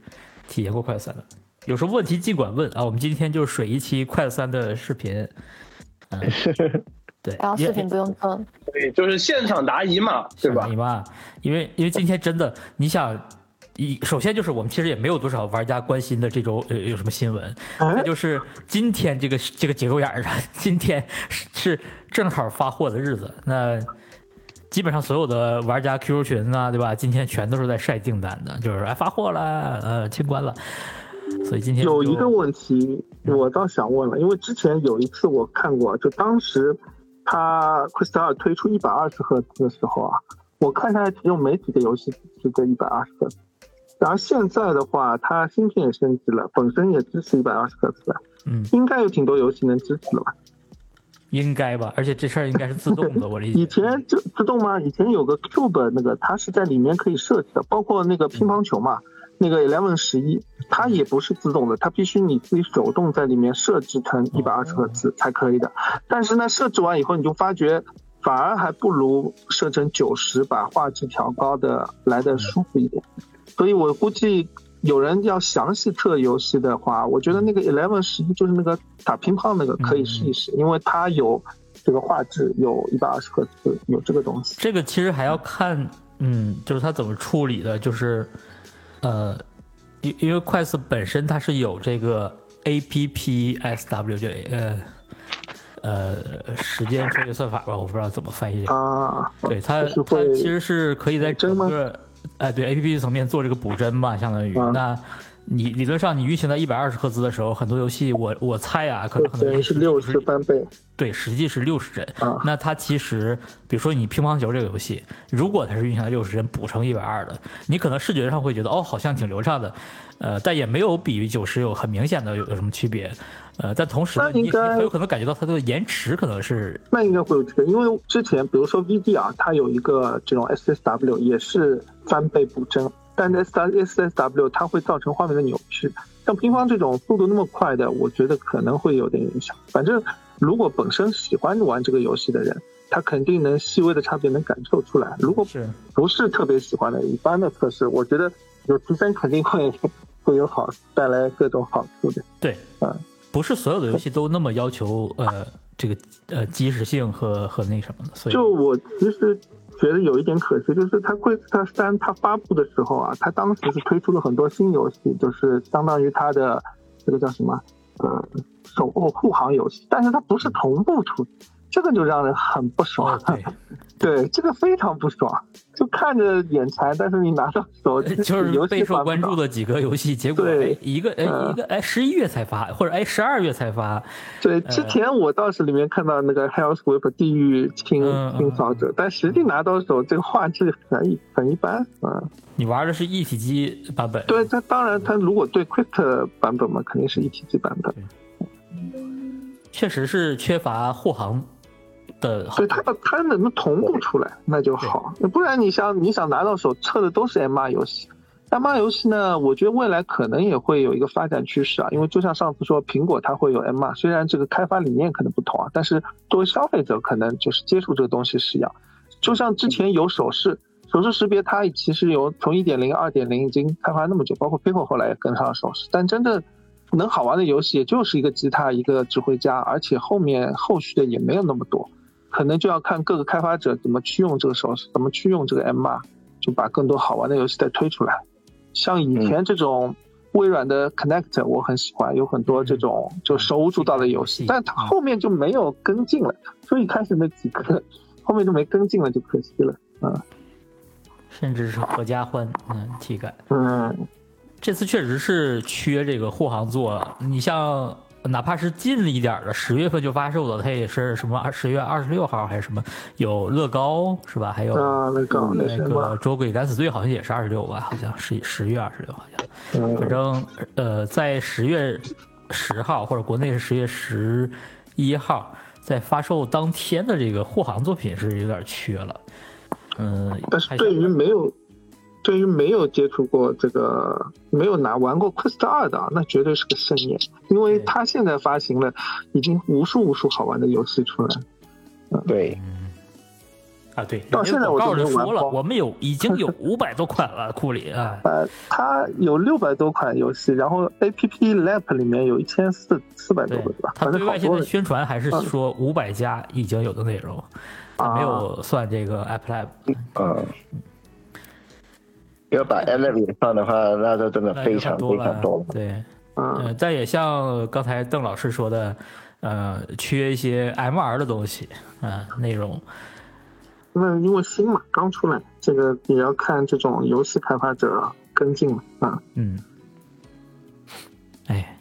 [SPEAKER 1] 体验过快三的。有什么问题尽管问啊！我们今天就是水一期快三的视频， 嗯，对，
[SPEAKER 2] 然后
[SPEAKER 1] 也
[SPEAKER 2] 视频不用做，
[SPEAKER 3] 对，就是现场答疑嘛，对吧
[SPEAKER 1] 你？吧，因为因为今天真的，你想，一首先就是我们其实也没有多少玩家关心的这周有有什么新闻，
[SPEAKER 7] 啊
[SPEAKER 1] 那就是今天这个这个节骨眼儿上， 今天是是正好发货的日子，那。基本上所有的玩家 QQ 群啊，对吧？今天全都是在晒订单的，就是哎发货了，呃清关了，所以今天
[SPEAKER 7] 有
[SPEAKER 1] 就
[SPEAKER 7] 一个问题我倒想问了，因为之前有一次我看过，就当时它 Quest 二推出一百二十赫兹的时候啊，我看下来只有没几个游戏是这一百二十赫兹。然后现在的话，它芯片也升级了，本身也支持一百二十赫兹了，
[SPEAKER 1] 嗯
[SPEAKER 7] 应该有挺多游戏能支持了吧？
[SPEAKER 1] 应该吧，而且这事儿应该是自动 的，我理解。
[SPEAKER 7] 以前自自动吗？以前有个 Cube 那个，它是在里面可以设置的，包括那个乒乓球嘛，那个 Eleven 十一，它也不是自动的，它必须你自己手动在里面设置成一百二十赫兹才可以的。但是呢，设置完以后，你就发觉反而还不如设成九十，把画质调高的来的舒服一点。所以我估计有人要详细测游戏的话，我觉
[SPEAKER 1] 嗯
[SPEAKER 7] 得那个 Eleven 十一就是那个打乒乓那个可以试一
[SPEAKER 1] 嗯
[SPEAKER 7] 试，因为它有这个画质，有一百二十赫兹，有这个东西。
[SPEAKER 1] 这个其实还要看，嗯，就是它怎么处理的，就是，呃，因因为快速本身它是有这个 A P P S W 这呃呃时间穿越算法吧，我不知道怎么翻译这个。
[SPEAKER 7] 啊，
[SPEAKER 1] 对它，
[SPEAKER 7] 就是
[SPEAKER 1] 它
[SPEAKER 7] 会
[SPEAKER 1] 其实是可以在整
[SPEAKER 7] 针吗
[SPEAKER 1] 个，哎，对 A P P 层面做这个补帧嘛，相当于。
[SPEAKER 7] 嗯
[SPEAKER 1] 那你理论上你运行在一百二十赫兹的时候，很多游戏我我猜啊，可
[SPEAKER 7] 对
[SPEAKER 1] 能可能
[SPEAKER 7] 等于
[SPEAKER 1] 也
[SPEAKER 7] 是六十翻倍
[SPEAKER 1] 对，实际是六十帧。
[SPEAKER 7] 啊
[SPEAKER 1] 那它其实，比如说你乒乓球这个游戏，如果它是运行在六十帧补成一百二的，你可能视觉上会觉得哦，好像挺流畅的，呃，但也没有比九十有很明显的有有什么区别。呃，但同时呢
[SPEAKER 7] 那
[SPEAKER 1] 你
[SPEAKER 7] 应
[SPEAKER 1] 你
[SPEAKER 7] 该
[SPEAKER 1] 很有可能感觉到它的延迟可能是
[SPEAKER 7] 那应该会有这个，因为之前比如说 VD 啊，它有一个这种 SSW 也是翻倍补帧，但是 SSW 它会造成画面的扭曲。像乒乓这种速度那么快的，我觉得可能会有点影响。反正如果本身喜欢玩这个游戏的人，他肯定能细微的差别能感受出来。如果
[SPEAKER 1] 是
[SPEAKER 7] 不是特别喜欢的，一般的测试，我觉得有提升肯定会会有好带来各种好处的。
[SPEAKER 1] 对，
[SPEAKER 7] 嗯
[SPEAKER 1] 不是所有的游戏都那么要求呃这个呃及时性和和那什么的，所以
[SPEAKER 7] 就我其实觉得有一点可惜，就是它《Quest 三》它发布的时候啊，它当时是推出了很多新游戏，就是相当于它的这个叫什么呃守候护航游戏，但是它不是同步出，这个就让人很不爽
[SPEAKER 1] 哦。对，
[SPEAKER 7] 对，这个非常不爽，就看着眼馋，但是你拿到手
[SPEAKER 1] 就是备受关注
[SPEAKER 7] 的。
[SPEAKER 1] 的几个游戏，结果
[SPEAKER 7] 对
[SPEAKER 1] 哎一个哎
[SPEAKER 7] 嗯
[SPEAKER 1] 一个哎十一月才发，或者哎十二月才发，呃
[SPEAKER 7] 对，之前我倒是里面看到那个 Hell's Whip 地狱清
[SPEAKER 1] 嗯嗯
[SPEAKER 7] 清扫者，但实际拿到手这个画质很一很一般，嗯，
[SPEAKER 1] 你玩的是一体机版本，
[SPEAKER 7] 对，它当然它如果对 Quick 版本嘛，肯定是一体机版本，
[SPEAKER 1] 确实是缺乏护航的好
[SPEAKER 7] 所以它它能不能同步出来那就好，不然你想你想拿到手测的都是 MR 游戏。MR 游戏呢，我觉得未来可能也会有一个发展趋势啊，因为就像上次说，苹果它会有 MR，虽然这个开发理念可能不同啊，但是作为消费者可能就是接触这个东西是一样。就像
[SPEAKER 1] 嗯
[SPEAKER 7] 之前有手势，手势识别它其实有从一点零、二点零已经开发那么久，包括 Pico 后来也跟上了手势，但真正能好玩的游戏也就是一个吉他、一个指挥家，而且后面后续的也没有那么多。可能就要看各个开发者怎么去用这个手势，怎么去用这个 MR，就把更多好玩的游戏再推出来。像以前这种微软的 Connect，我很喜欢，有很多这种就手舞足蹈的游戏
[SPEAKER 1] 嗯，
[SPEAKER 7] 但它后面就没有跟进了，所以开始那几个后面就没跟进了，就可惜了。
[SPEAKER 1] 甚至是合家欢嗯体感。
[SPEAKER 7] 嗯，
[SPEAKER 1] 这次确实是缺这个护航做，你像哪怕是近了一点儿的，十月份就发售的，它也是什么十月二十六号还是什么，有乐高是吧？还有
[SPEAKER 7] 啊，那个那
[SPEAKER 1] 那
[SPEAKER 7] 什么，
[SPEAKER 1] 个《捉鬼敢死队》好像也是二十六吧？好像十十月二十六，好像。反
[SPEAKER 7] 嗯
[SPEAKER 1] 正呃，在十月十号或者国内是十月十一号，在发售当天的这个护航作品是有点缺了。嗯，
[SPEAKER 7] 但是对于没有。对于没有接触过这个、没有拿玩过 Quest 二的啊，那绝对是个盛宴，因为
[SPEAKER 1] 对
[SPEAKER 7] 它现在发行了已经无数无数好玩的游戏出来了。
[SPEAKER 6] 对，
[SPEAKER 1] 啊，对，
[SPEAKER 7] 到现在我
[SPEAKER 1] 告诉
[SPEAKER 7] 都没有
[SPEAKER 1] 说
[SPEAKER 7] 玩
[SPEAKER 1] 了，
[SPEAKER 7] 包
[SPEAKER 1] 我们有已经 有五百多款了，库里啊，
[SPEAKER 7] 呃，它有六百多款游戏，然后 APP Lab 里面有一千四四百多
[SPEAKER 1] 对
[SPEAKER 7] 个，对吧？
[SPEAKER 1] 他
[SPEAKER 7] 反
[SPEAKER 1] 对
[SPEAKER 7] 正好
[SPEAKER 1] 外现
[SPEAKER 7] 多
[SPEAKER 1] 在
[SPEAKER 7] 人嗯
[SPEAKER 1] 宣传还是说五百家已经有的内容，它没
[SPEAKER 7] 啊
[SPEAKER 1] 有算这个 App Lab。
[SPEAKER 6] 嗯。要把 a l e 也放的话，那就真的
[SPEAKER 1] 那就
[SPEAKER 6] 非
[SPEAKER 1] 很
[SPEAKER 6] 常
[SPEAKER 1] 多
[SPEAKER 6] 非
[SPEAKER 1] 了
[SPEAKER 6] 常多了。
[SPEAKER 1] 对，
[SPEAKER 7] 嗯，
[SPEAKER 1] 呃，但也像刚才邓老师说的，呃，缺一些 MR 的东西，啊、内容。
[SPEAKER 7] 那因为新嘛，刚出来，这个也要看这种游戏开发者跟进嘛，啊、
[SPEAKER 1] 嗯，哎，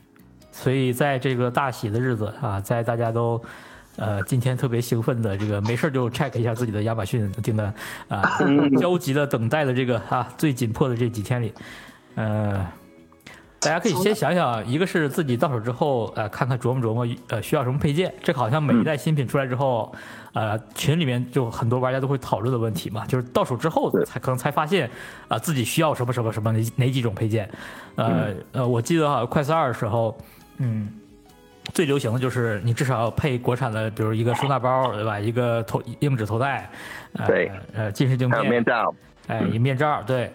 [SPEAKER 1] 所以在这个大喜的日子啊，在大家都呃今天特别兴奋的这个没事儿就 check 一下自己的亚马逊订单啊， 焦急的等待的这个啊最紧迫的这几天里，呃。大家可以先想想，一个是自己到手之后，呃，看看琢磨琢磨，呃，需要什么配件。这个好像每一代新品出来之后，呃，群里面就很多玩家都会讨论的问题嘛，就是到手之后才可能才发现，啊、自己需要什么什么什么哪哪几种配件。呃、
[SPEAKER 6] 嗯
[SPEAKER 1] 呃，我记得好像快四二的时候，嗯，最流行的就是你至少要配国产的，比如一个收纳包，对吧？一个头硬纸头带，呃、
[SPEAKER 6] 对，
[SPEAKER 1] 呃，近视镜
[SPEAKER 6] 还有面
[SPEAKER 1] 片，
[SPEAKER 6] 罩，
[SPEAKER 1] 哎，
[SPEAKER 7] 嗯
[SPEAKER 1] 一面罩，对，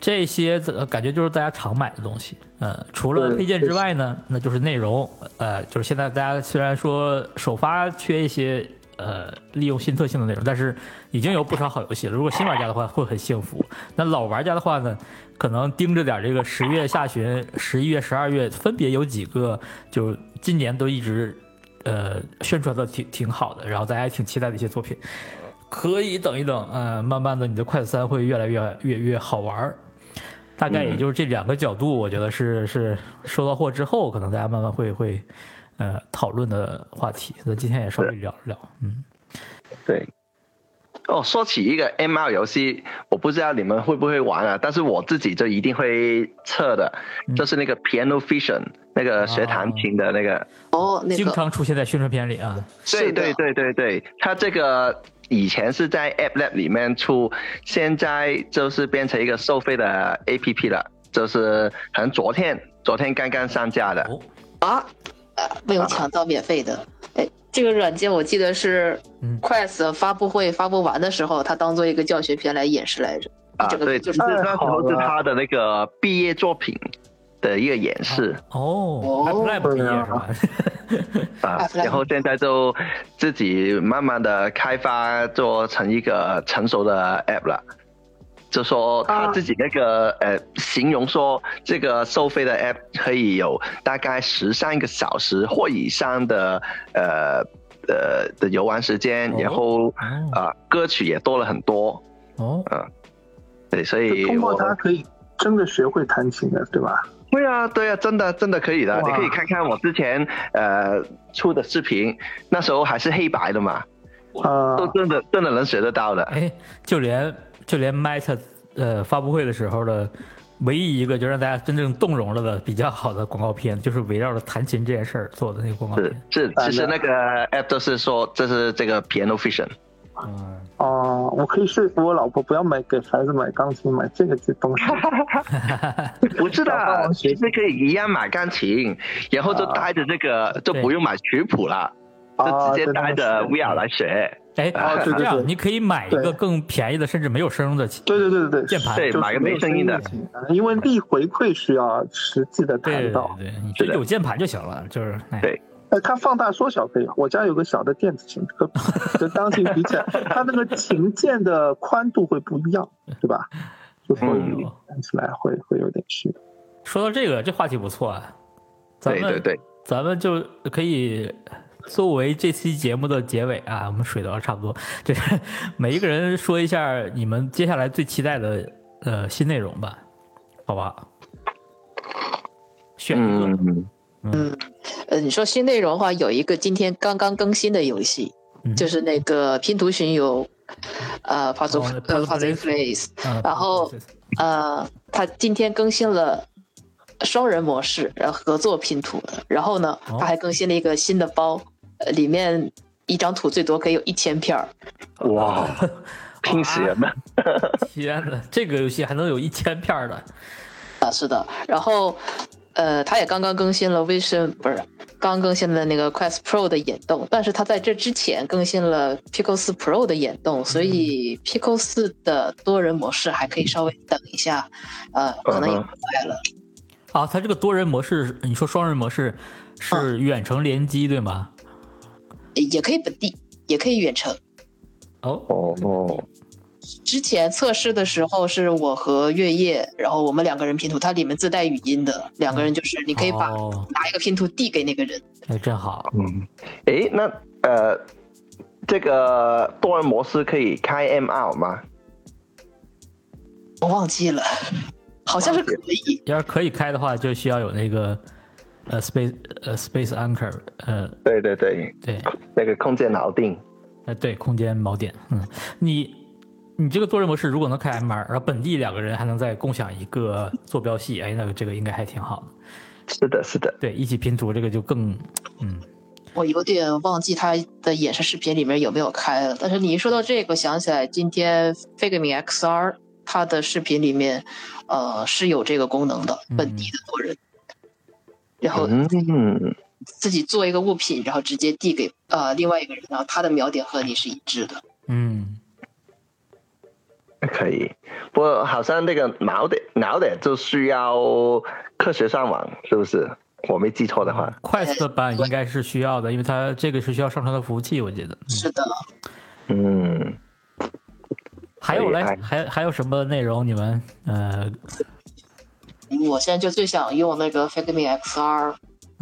[SPEAKER 1] 这些呃感觉就是大家常买的东西。呃，除了
[SPEAKER 7] 对
[SPEAKER 1] 配件
[SPEAKER 7] 确
[SPEAKER 1] 之外呢，那就是内容。呃，就是现在大家虽然说首发缺一些。呃，利用新特性的内容，但是已经有不少好游戏了。如果新玩家的话，会很幸福。那老玩家的话呢，可能盯着点这个十月下旬、十一月、十二月，分别有几个，就今年都一直呃宣传的挺挺好的，然后大家也挺期待的一些作品。可以等一等，呃，慢慢的你的快三会越来越越越好玩儿。大概也就是这两个角度，我觉得是是收到货之后，可能大家慢慢会会呃讨论的话题。那今天也稍微聊一聊，嗯，
[SPEAKER 6] 对。哦，说起一个 M R 游戏，我不知道你们会不会玩啊，但是我自己就一定会测的，就是那个 Piano Fusion，那个学弹琴的那个。
[SPEAKER 5] 哦，那
[SPEAKER 1] 经
[SPEAKER 5] 个
[SPEAKER 1] 常出现在宣传片里啊。
[SPEAKER 6] 对
[SPEAKER 5] 是的
[SPEAKER 6] 对对对对，它这个以前是在 App Lab 里面出，现在就是变成一个收费的 APP 了，就是好像昨天昨天刚刚上架的。
[SPEAKER 1] 哦，
[SPEAKER 5] 啊，呃没有抢到免费的。哎，这个软件我记得是
[SPEAKER 1] 嗯
[SPEAKER 5] Quest 发布会发布完的时候，它当做一个教学片来演示来着。
[SPEAKER 6] 啊，
[SPEAKER 5] 这个
[SPEAKER 6] 对，
[SPEAKER 5] 就
[SPEAKER 6] 就是是那时候是他的那个毕业作品的一个演示
[SPEAKER 1] 哦
[SPEAKER 5] 哦
[SPEAKER 1] ，Lab 毕业是吧？
[SPEAKER 6] 啊
[SPEAKER 5] 啊，
[SPEAKER 6] 然后现在就自己慢慢的开发做成一个成熟的 app 了。就说他自己那个、呃，形容说这个收费的 app 可以有大概十三个小时或以上的呃呃的游玩时间，
[SPEAKER 1] 哦
[SPEAKER 6] 然后
[SPEAKER 1] 哦
[SPEAKER 6] 啊、呃歌曲也多了很多，
[SPEAKER 1] 哦，
[SPEAKER 6] 对，所以
[SPEAKER 7] 就通过
[SPEAKER 6] 我
[SPEAKER 7] 它可以真的学会弹琴的，对吧？
[SPEAKER 6] 对啊，对啊，真的真的可以的，
[SPEAKER 7] 哇
[SPEAKER 6] 你可以看看我之前呃出的视频，那时候还是黑白的嘛，
[SPEAKER 7] 啊、
[SPEAKER 6] 都真的真的能学得到的。
[SPEAKER 1] 哎，就连就连 Meta 呃发布会的时候的唯一一个就让大家真正动容了的比较好的广告片，就是围绕着弹琴这件事儿做的那个广告
[SPEAKER 6] 是
[SPEAKER 1] 片。
[SPEAKER 6] 是，
[SPEAKER 7] 啊
[SPEAKER 6] 其实
[SPEAKER 7] 那
[SPEAKER 6] 那个 app 都是说这是这个 Piano Vision，
[SPEAKER 1] 嗯，
[SPEAKER 7] 哦，我可以说服我老婆不要买给孩子买钢琴，买这个这东 西。
[SPEAKER 1] 哦
[SPEAKER 7] 小霸
[SPEAKER 6] 不是的，
[SPEAKER 7] 王学
[SPEAKER 6] 其实可以一样买钢琴，然后
[SPEAKER 1] 啊
[SPEAKER 6] 就带着这个就不用买曲谱了，
[SPEAKER 1] 哦
[SPEAKER 7] 啊
[SPEAKER 6] 就直接
[SPEAKER 7] 对
[SPEAKER 6] 带着
[SPEAKER 7] 对对
[SPEAKER 6] VR 来学。
[SPEAKER 1] 哎，
[SPEAKER 6] 哦
[SPEAKER 1] 是
[SPEAKER 7] 啊对对
[SPEAKER 1] 这样
[SPEAKER 7] 对
[SPEAKER 1] 你可以买一个
[SPEAKER 7] 对
[SPEAKER 1] 更便宜的，甚至没有声的琴。
[SPEAKER 7] 对对对对对，
[SPEAKER 1] 键盘
[SPEAKER 7] 就是
[SPEAKER 6] 对买个没声音的
[SPEAKER 7] 琴，因为力回馈需要实际的
[SPEAKER 1] 对
[SPEAKER 7] 弹
[SPEAKER 1] 对
[SPEAKER 7] 到。
[SPEAKER 1] 对，你就有键盘就行了，就是哎
[SPEAKER 6] 对
[SPEAKER 7] 呃，它放大缩小可以。我家有个小的电子琴，和和钢琴比起来，它那个琴键的宽度会不一样，对吧？就会
[SPEAKER 6] 嗯
[SPEAKER 7] 看起来会会有点虚。
[SPEAKER 1] 说到这个，这话题不错啊，咱
[SPEAKER 6] 对
[SPEAKER 1] 们
[SPEAKER 6] 对对，
[SPEAKER 1] 咱们就可以作为这期节目的结尾啊，我们水到差不多，就是每一个人说一下你们接下来最期待的呃新内容吧，好吧？选一个，
[SPEAKER 6] 嗯，
[SPEAKER 5] 呃，你说新内容的话，有一个今天刚刚更新的游戏，
[SPEAKER 1] 嗯
[SPEAKER 5] 就是那个拼图巡游，呃，Puzzle、
[SPEAKER 1] 哦
[SPEAKER 5] 呃
[SPEAKER 1] Puzzle Place
[SPEAKER 5] Puzzle Place，
[SPEAKER 1] 嗯
[SPEAKER 5] 然后呃，它今天更新了双人模式，然后合作拼图的，然后呢，
[SPEAKER 1] 哦
[SPEAKER 5] 它还更新了一个新的包，呃，里面一张图最多可以有一千片儿，
[SPEAKER 6] 哇，拼死人
[SPEAKER 1] 啊
[SPEAKER 6] 了，
[SPEAKER 1] 天呐，这个游戏还能有一千片儿的，
[SPEAKER 5] 啊，是的，然后，呃，它也刚刚更新了 Vision，不是刚更新了那个 Quest Pro 的眼动，但是它在这之前更新了 Pico 4 Pro 的眼动，所
[SPEAKER 6] 嗯
[SPEAKER 5] 以 Pico 4的多人模式还可以稍微等一下，呃，可能也
[SPEAKER 6] 嗯哼
[SPEAKER 5] 快了。
[SPEAKER 1] 啊，它这个多人模式，你说双人模式是远程联机对吗？
[SPEAKER 5] 也可以本地，也可以远程。
[SPEAKER 1] 哦，
[SPEAKER 6] 哦哦，
[SPEAKER 5] 之前测试的时候是我和月夜，然后我们两个人拼图，它里面自带语音的，两个人就是你可以把
[SPEAKER 1] 哦
[SPEAKER 5] 拿一个拼图递给那个人，
[SPEAKER 1] 哎，真好，
[SPEAKER 6] 嗯，诶，那呃，这个多人模式可以开 MR 吗？
[SPEAKER 5] 我忘记了，好像是可以。
[SPEAKER 1] 要是可以开的话，就需要有那个呃 space 呃 space anchor 呃
[SPEAKER 6] 对对对，
[SPEAKER 1] 对
[SPEAKER 6] 那个空间锚定。
[SPEAKER 1] 呃对空间锚点，嗯，你你这个多人模式如果能开 MR，然后本地两个人还能再共享一个坐标系，哎，那这个应该还挺好的。
[SPEAKER 6] 是的，是的，
[SPEAKER 1] 对，一起拼图这个就更嗯
[SPEAKER 5] 我有点忘记他的演示视频里面有没有开了，但是你一说到这个，想起来今天 Figma XR 它的视频里面，呃，是有这个功能的，
[SPEAKER 1] 嗯
[SPEAKER 5] 本地的多人，然后
[SPEAKER 6] 嗯，
[SPEAKER 5] 自己做一个物品，然后直接递给呃另外一个人，然后他的瞄点和你是一致的。
[SPEAKER 1] 嗯，
[SPEAKER 6] 可以。不过好像那个锚点，锚点就需要科学上网，是不是？我没记错的话，
[SPEAKER 1] Quest 版应该是需要的，因为它这个是需要上传到服务器，我记得。嗯
[SPEAKER 5] 是的，
[SPEAKER 6] 嗯，
[SPEAKER 1] 还有嘞
[SPEAKER 6] 哎，
[SPEAKER 1] 还还有什么内容？你们呃
[SPEAKER 5] 我现在就最想用那个 Figma XR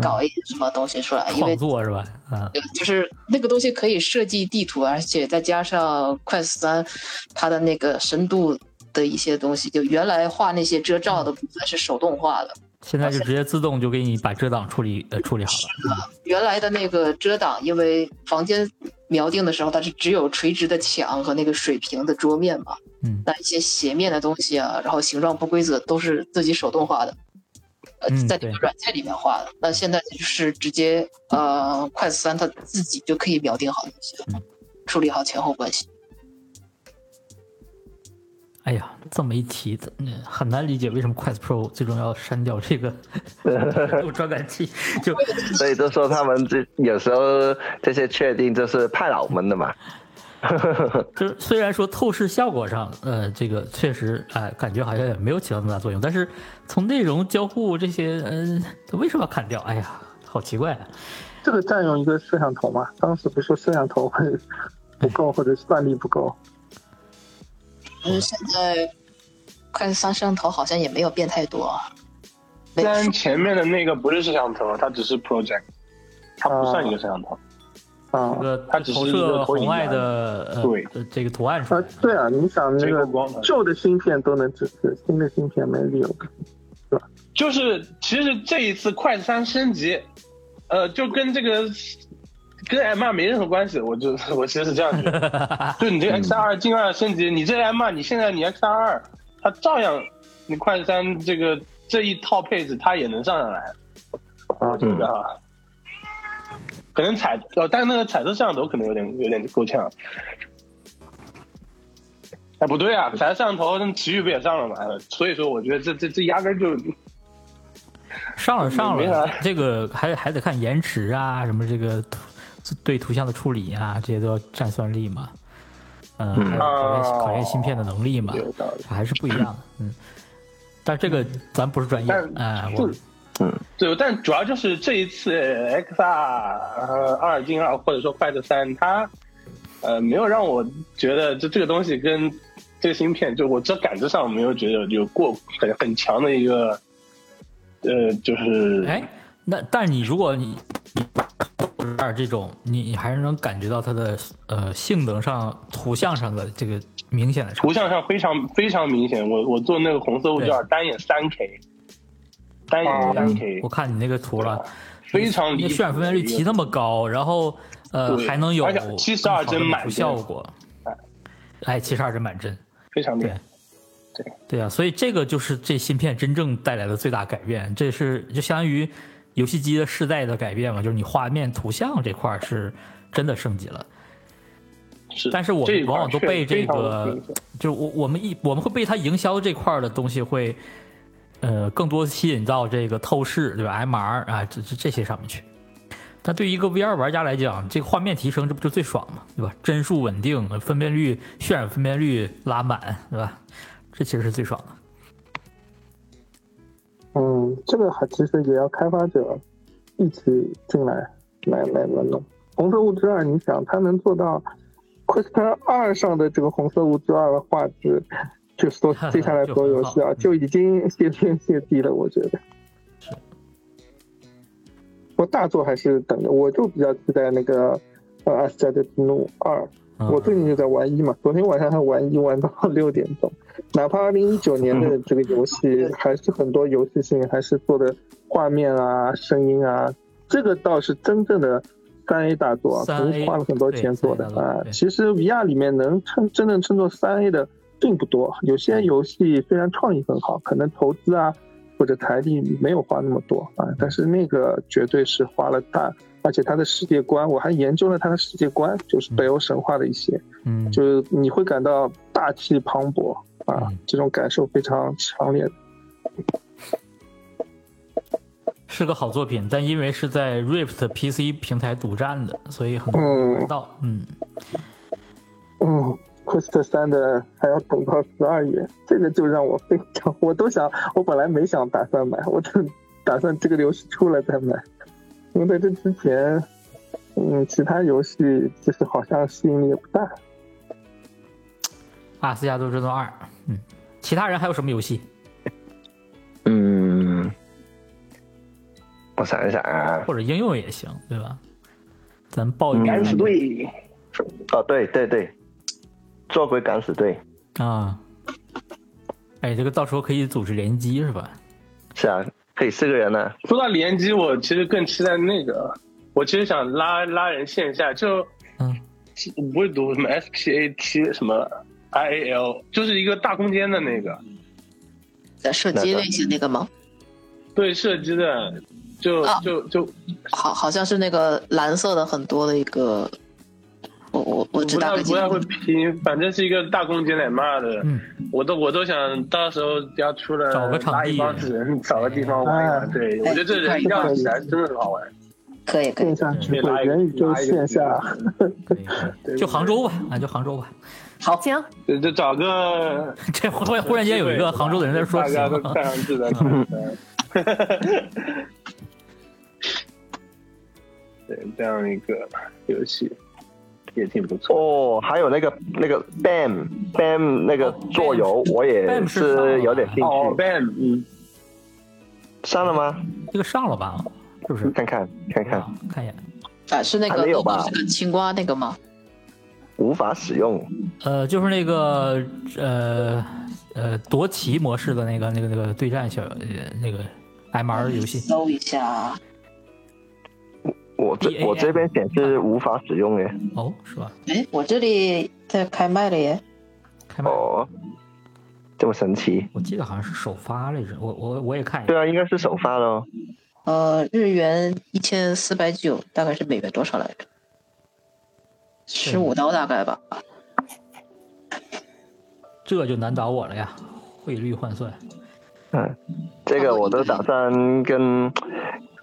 [SPEAKER 5] 搞一点什么东西出来，啊因
[SPEAKER 1] 创
[SPEAKER 5] 为
[SPEAKER 1] 作是吧？嗯
[SPEAKER 5] 呃就是那个东西可以设计地图，而且再加上快三它的那个深度的一些东西，就原来画那些遮罩的部分是手动画的，
[SPEAKER 1] 现在就直接自动就给你把遮挡处理呃处理好了。
[SPEAKER 5] 原来的那个遮挡，因为房间锚定的时候它是只有垂直的墙和那个水平的桌面嘛，
[SPEAKER 1] 嗯
[SPEAKER 5] 那一些斜面的东西啊，然后形状不规则都是自己手动画的。呃
[SPEAKER 1] 嗯，
[SPEAKER 5] 在这
[SPEAKER 1] 对
[SPEAKER 5] 个软件里面画的，那现在就是直接呃，快速三它自己就可以锚定好东西了
[SPEAKER 1] 嗯，
[SPEAKER 5] 处理好前后关系。
[SPEAKER 1] 哎呀，这么一提，嗯很难理解为什么 Quest Pro 最终要删掉这 个有传感器。就
[SPEAKER 6] 所以就说他们这有时候这些确定就是派老们的嘛。
[SPEAKER 1] 就是虽然说透视效果上，呃，这个确实，哎、感觉好像也没有起到那么大作用，但是从内容交互这些，嗯、它为什么要砍掉？哎呀，好奇怪、啊。
[SPEAKER 7] 这个占用一个摄像头嘛，当时不是说摄像头会 不够，或者是算力不够，
[SPEAKER 5] 但是呃现在快三摄像头好像也没有变太多，啊没
[SPEAKER 3] 但前面的那个不是摄像头，它只是 project，它不算一个摄像头。
[SPEAKER 7] 啊
[SPEAKER 1] 这、个
[SPEAKER 3] 它只是
[SPEAKER 1] 投
[SPEAKER 3] 一个
[SPEAKER 1] 射
[SPEAKER 3] 投影
[SPEAKER 1] 红外
[SPEAKER 3] 源
[SPEAKER 1] 的，呃，
[SPEAKER 3] 对
[SPEAKER 1] 呃这个图案出
[SPEAKER 7] 啊
[SPEAKER 1] 来。，
[SPEAKER 7] 对啊，你想那
[SPEAKER 3] 结构
[SPEAKER 7] 个
[SPEAKER 3] 光盘
[SPEAKER 7] 旧的芯片都能支持，新的芯片没理由。
[SPEAKER 3] 就是其实这一次快三升级，呃，就跟这个跟 M 2没任何关系，我就我其实是这样觉得，就你这个 X 2进二升级，你这 M 2你现在你 X 2它照样你快三这个这一套配置它也能上上来，我觉得啊。可能彩呃，但是那个彩色摄像头可能有点有点够呛。哎，不对啊，彩色摄像头，那奇遇不也上了嘛？所以说，我觉得这这这压根儿就
[SPEAKER 1] 上了上
[SPEAKER 3] 没
[SPEAKER 1] 了
[SPEAKER 3] 啥，
[SPEAKER 1] 这个还还得看延迟啊，什么这个图对图像的处理啊，这些都要占算力嘛。嗯，还有考验考验芯片的能力嘛，
[SPEAKER 3] 有道理。
[SPEAKER 1] 还是不一样的。嗯，但这个咱不是专业
[SPEAKER 3] 但，
[SPEAKER 1] 哎，
[SPEAKER 3] 就
[SPEAKER 1] 我
[SPEAKER 3] 对，但主要就是这一次 XR 呃二进二或者说快的三，它呃没有让我觉得就这个东西跟这个芯片，就我这感知上没有觉得有过很很强的一个呃，就是
[SPEAKER 1] 哎，那但你如果你你二这种，你你还是能感觉到它的呃性能上、图像上的这个明显的差
[SPEAKER 3] 图像上非常非常明显。我我做那个红色物件儿单眼三 K，单眼三
[SPEAKER 1] 别
[SPEAKER 3] K，、
[SPEAKER 1] 哦我看你那个图
[SPEAKER 3] 啊
[SPEAKER 1] 了，
[SPEAKER 3] 非常
[SPEAKER 1] 你
[SPEAKER 3] 离谱。
[SPEAKER 1] 渲染分辨率提那么高，然后呃
[SPEAKER 3] 对
[SPEAKER 1] 还能有
[SPEAKER 3] 而且72
[SPEAKER 1] 更好的
[SPEAKER 3] 帧
[SPEAKER 1] 美
[SPEAKER 3] 满
[SPEAKER 1] 术
[SPEAKER 3] 帧
[SPEAKER 1] 效果，哎，七十二帧满帧，
[SPEAKER 3] 非常厉害。
[SPEAKER 1] 对啊，所以这个就是这芯片真正带来的最大改变，这是就相当于游戏机的世代的改变嘛，就是你画面、图像这块儿是真的升级了。
[SPEAKER 3] 是，
[SPEAKER 1] 但是我
[SPEAKER 3] 这一
[SPEAKER 1] 们
[SPEAKER 3] 块
[SPEAKER 1] 往往都
[SPEAKER 3] 确
[SPEAKER 1] 被
[SPEAKER 3] 非
[SPEAKER 1] 这
[SPEAKER 3] 常
[SPEAKER 1] 个
[SPEAKER 3] 明显，
[SPEAKER 1] 就是我我们一我们会被它营销这块儿的东西会，呃，更多吸引到这个透视对吧？MR 啊，这这这些上面去。但对于一个 VR 玩家来讲，这个画面提升，这不就最爽吗？对吧？帧数稳定，分辨率、渲染分辨率拉满，对吧？这其实是最爽的。
[SPEAKER 7] 嗯，这个还其实也要开发者一起进来来来来弄。红色物质二，你想它能做到 Quest 二上的这个红色物质二的画质，就所接下来所有游戏啊，
[SPEAKER 1] 就
[SPEAKER 7] 就已经谢天谢地了，我觉得。我大作还是等着，我就比较期待那个呃《阿斯加德之怒二》。
[SPEAKER 1] 嗯、
[SPEAKER 7] 我最近就在玩一嘛，昨天晚上还玩一玩到六点钟，哪怕二零一九年的这个游戏，还是很多游戏性还是做的画面啊、声音啊，这个倒是真正的三 A 大作，啊，
[SPEAKER 1] 3A
[SPEAKER 7] 不是花了很多钱做的
[SPEAKER 1] 对3A 大
[SPEAKER 7] 啊
[SPEAKER 1] 作。对
[SPEAKER 7] 其实 VR 里面能称真正称作三 A 的并不多，有
[SPEAKER 1] 嗯
[SPEAKER 7] 些游戏虽然创意很好，可能投资啊或者财力没有花那么多啊，
[SPEAKER 1] 嗯
[SPEAKER 7] 但是那个绝对是花了大。而且它的世界观，我还研究了它的世界观，就是北欧神话的一些，
[SPEAKER 1] 嗯，
[SPEAKER 7] 就是你会感到大气磅礴啊
[SPEAKER 1] 嗯，
[SPEAKER 7] 这种感受非常强烈。
[SPEAKER 1] 是个好作品，但因为是在 Rift PC 平台独占的，所以很多人
[SPEAKER 7] 嗯
[SPEAKER 1] 玩不到。嗯，
[SPEAKER 7] 嗯，Quest 三的还要等到十二月，这个就让我非常，我都想，我本来没想打算买，我等打算这个游戏出来再买，因为在这之前，嗯，其他游戏就是好像吸引力也不大。
[SPEAKER 1] 阿斯加多之盾二，嗯，其他人还有什么游戏？
[SPEAKER 6] 嗯，我想一想啊，
[SPEAKER 1] 或者应用也行，对吧？咱报一
[SPEAKER 6] 嗯
[SPEAKER 1] 遍
[SPEAKER 8] 敢死队
[SPEAKER 6] 哦，对对对，做鬼敢死队
[SPEAKER 1] 啊。哎，这个到时候可以组织联机是吧？
[SPEAKER 6] 是啊，可以四个人啊呢、
[SPEAKER 3] 说到联机，我其实更期待那个，我其实想拉拉人线下，就
[SPEAKER 1] 嗯，
[SPEAKER 3] 不是读什么 S P A T 什么 I A L，就是一个大空间的那个，
[SPEAKER 5] 在射击类型那个吗？
[SPEAKER 3] 对射击的，就
[SPEAKER 5] 啊
[SPEAKER 3] 就就
[SPEAKER 5] 好，好像是那个蓝色的很多的一个，我我我知
[SPEAKER 3] 不
[SPEAKER 5] 道
[SPEAKER 3] 太
[SPEAKER 5] 个
[SPEAKER 3] 不太会拼，反正是一个大空间的骂的，
[SPEAKER 1] 嗯，
[SPEAKER 3] 我都我都想到时候要出了
[SPEAKER 1] 找个场地
[SPEAKER 7] 啊
[SPEAKER 3] 拉一帮子人，找个地方玩一玩。对，我觉得这人一定要起来，真的很好玩。
[SPEAKER 5] 可以可以
[SPEAKER 7] 线，上聚
[SPEAKER 3] 可以
[SPEAKER 7] 会，
[SPEAKER 3] 拉一个
[SPEAKER 7] 元宇宙
[SPEAKER 3] 拉一个
[SPEAKER 7] 线下，
[SPEAKER 1] 可以可以就杭州吧，啊，就杭州吧。
[SPEAKER 5] 好，
[SPEAKER 2] 行，
[SPEAKER 3] 就就找个
[SPEAKER 1] 这忽忽然间有一个杭州的人在说啊
[SPEAKER 3] 大
[SPEAKER 1] 行
[SPEAKER 3] 家都
[SPEAKER 1] 吗，
[SPEAKER 3] 看上去的。 对，这样一个游戏也挺不错。
[SPEAKER 6] 哦，还有那个那个 Bam Bam 那个桌游，我
[SPEAKER 1] 哦 Bam
[SPEAKER 6] 也
[SPEAKER 1] 是上了
[SPEAKER 6] 是有点兴
[SPEAKER 3] 哦
[SPEAKER 6] 趣。
[SPEAKER 3] ，Bam，嗯，
[SPEAKER 6] 删了吗？
[SPEAKER 1] 这个上了吧？是不是？
[SPEAKER 6] 看看看看
[SPEAKER 1] 啊，看一眼，
[SPEAKER 5] 啊，是那
[SPEAKER 6] 还
[SPEAKER 5] 个
[SPEAKER 6] 没有吧
[SPEAKER 5] 是个青蛙那个吗？
[SPEAKER 6] 无法使用。
[SPEAKER 1] 呃，就是那个呃呃夺旗模式的那个那个那个对战小呃那个 MR 游戏，
[SPEAKER 5] 搜一下，
[SPEAKER 6] 我这
[SPEAKER 1] EAM
[SPEAKER 6] 我这边显示无法使用耶。
[SPEAKER 1] 哦，是吧？
[SPEAKER 5] 哎，我这里在开麦了耶，
[SPEAKER 1] 开麦，
[SPEAKER 6] 哦，这么神奇？
[SPEAKER 1] 我记得好像是首发来着，我我我也看一
[SPEAKER 6] 对
[SPEAKER 1] 眼，
[SPEAKER 6] 啊，应该是首发咯。
[SPEAKER 5] 呃，日元一千四百九，大概是美元多少来着？十五刀大概吧。
[SPEAKER 1] 这就难倒我了呀，汇率换算。
[SPEAKER 6] 嗯，这个我都打算跟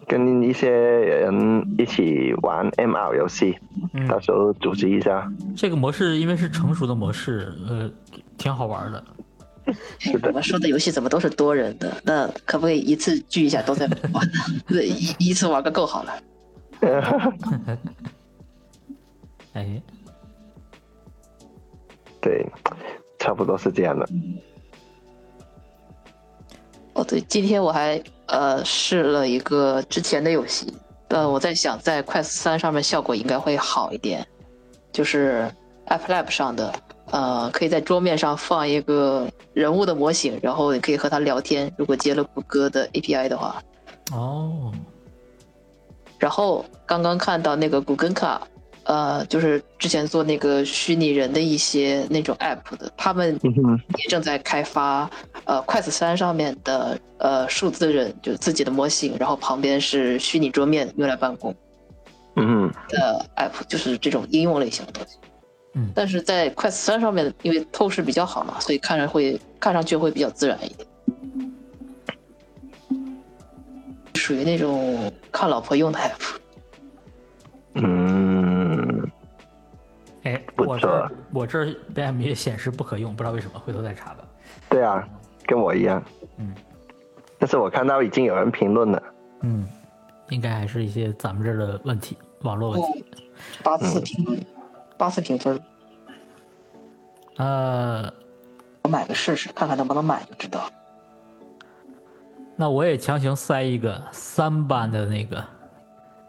[SPEAKER 6] 跟一些人一起玩 MR 游戏，
[SPEAKER 1] 嗯
[SPEAKER 6] 到时候组织一下。
[SPEAKER 1] 这个模式因为是成熟的模式，呃，挺好玩的。
[SPEAKER 5] 哎我们说的游戏怎么都是多人的？那可不可以一次聚一下，都在玩呢？ 对一一次玩个够好了。
[SPEAKER 1] 哎，
[SPEAKER 6] 对，差不多是这样的。
[SPEAKER 5] 哦，对，今天我还呃试了一个之前的游戏，呃，我在想在快速三上面效果应该会好一点，就是 App Lab 上的，呃，可以在桌面上放一个人物的模型，然后你可以和他聊天，如果接了谷歌的 API 的话，
[SPEAKER 1] 哦，
[SPEAKER 5] 然后刚刚看到那个古根卡，呃，就是之前做那个虚拟人的一些那种 app 的，他们
[SPEAKER 6] 嗯哼，
[SPEAKER 5] 也正在开发，呃，快子三上面的呃数字人，就是自己的模型，然后旁边是虚拟桌面用来办公
[SPEAKER 6] 嗯哼，
[SPEAKER 5] 的 app，就是这种应用类型的东西。
[SPEAKER 1] 嗯
[SPEAKER 5] 但是在快子三上面，因为透视比较好嘛，所以看上会看上去会比较自然一点。属于那种看老婆用的 app，
[SPEAKER 6] 嗯，
[SPEAKER 1] 哎，
[SPEAKER 6] 不
[SPEAKER 1] 我
[SPEAKER 6] 错
[SPEAKER 1] 这儿我这儿 BM 也显示不可用，不知道为什么，回头再查吧。
[SPEAKER 6] 对啊，跟我一样。
[SPEAKER 1] 嗯
[SPEAKER 6] 但是我看到已经有人评论了。
[SPEAKER 1] 嗯，应该还是一些咱们这儿的问题，网络问题。
[SPEAKER 5] 八次评论，八次评分，
[SPEAKER 1] 呃，
[SPEAKER 5] 我买个试试，看看能不能买就知道。
[SPEAKER 1] 那我也强行塞一个三班的那个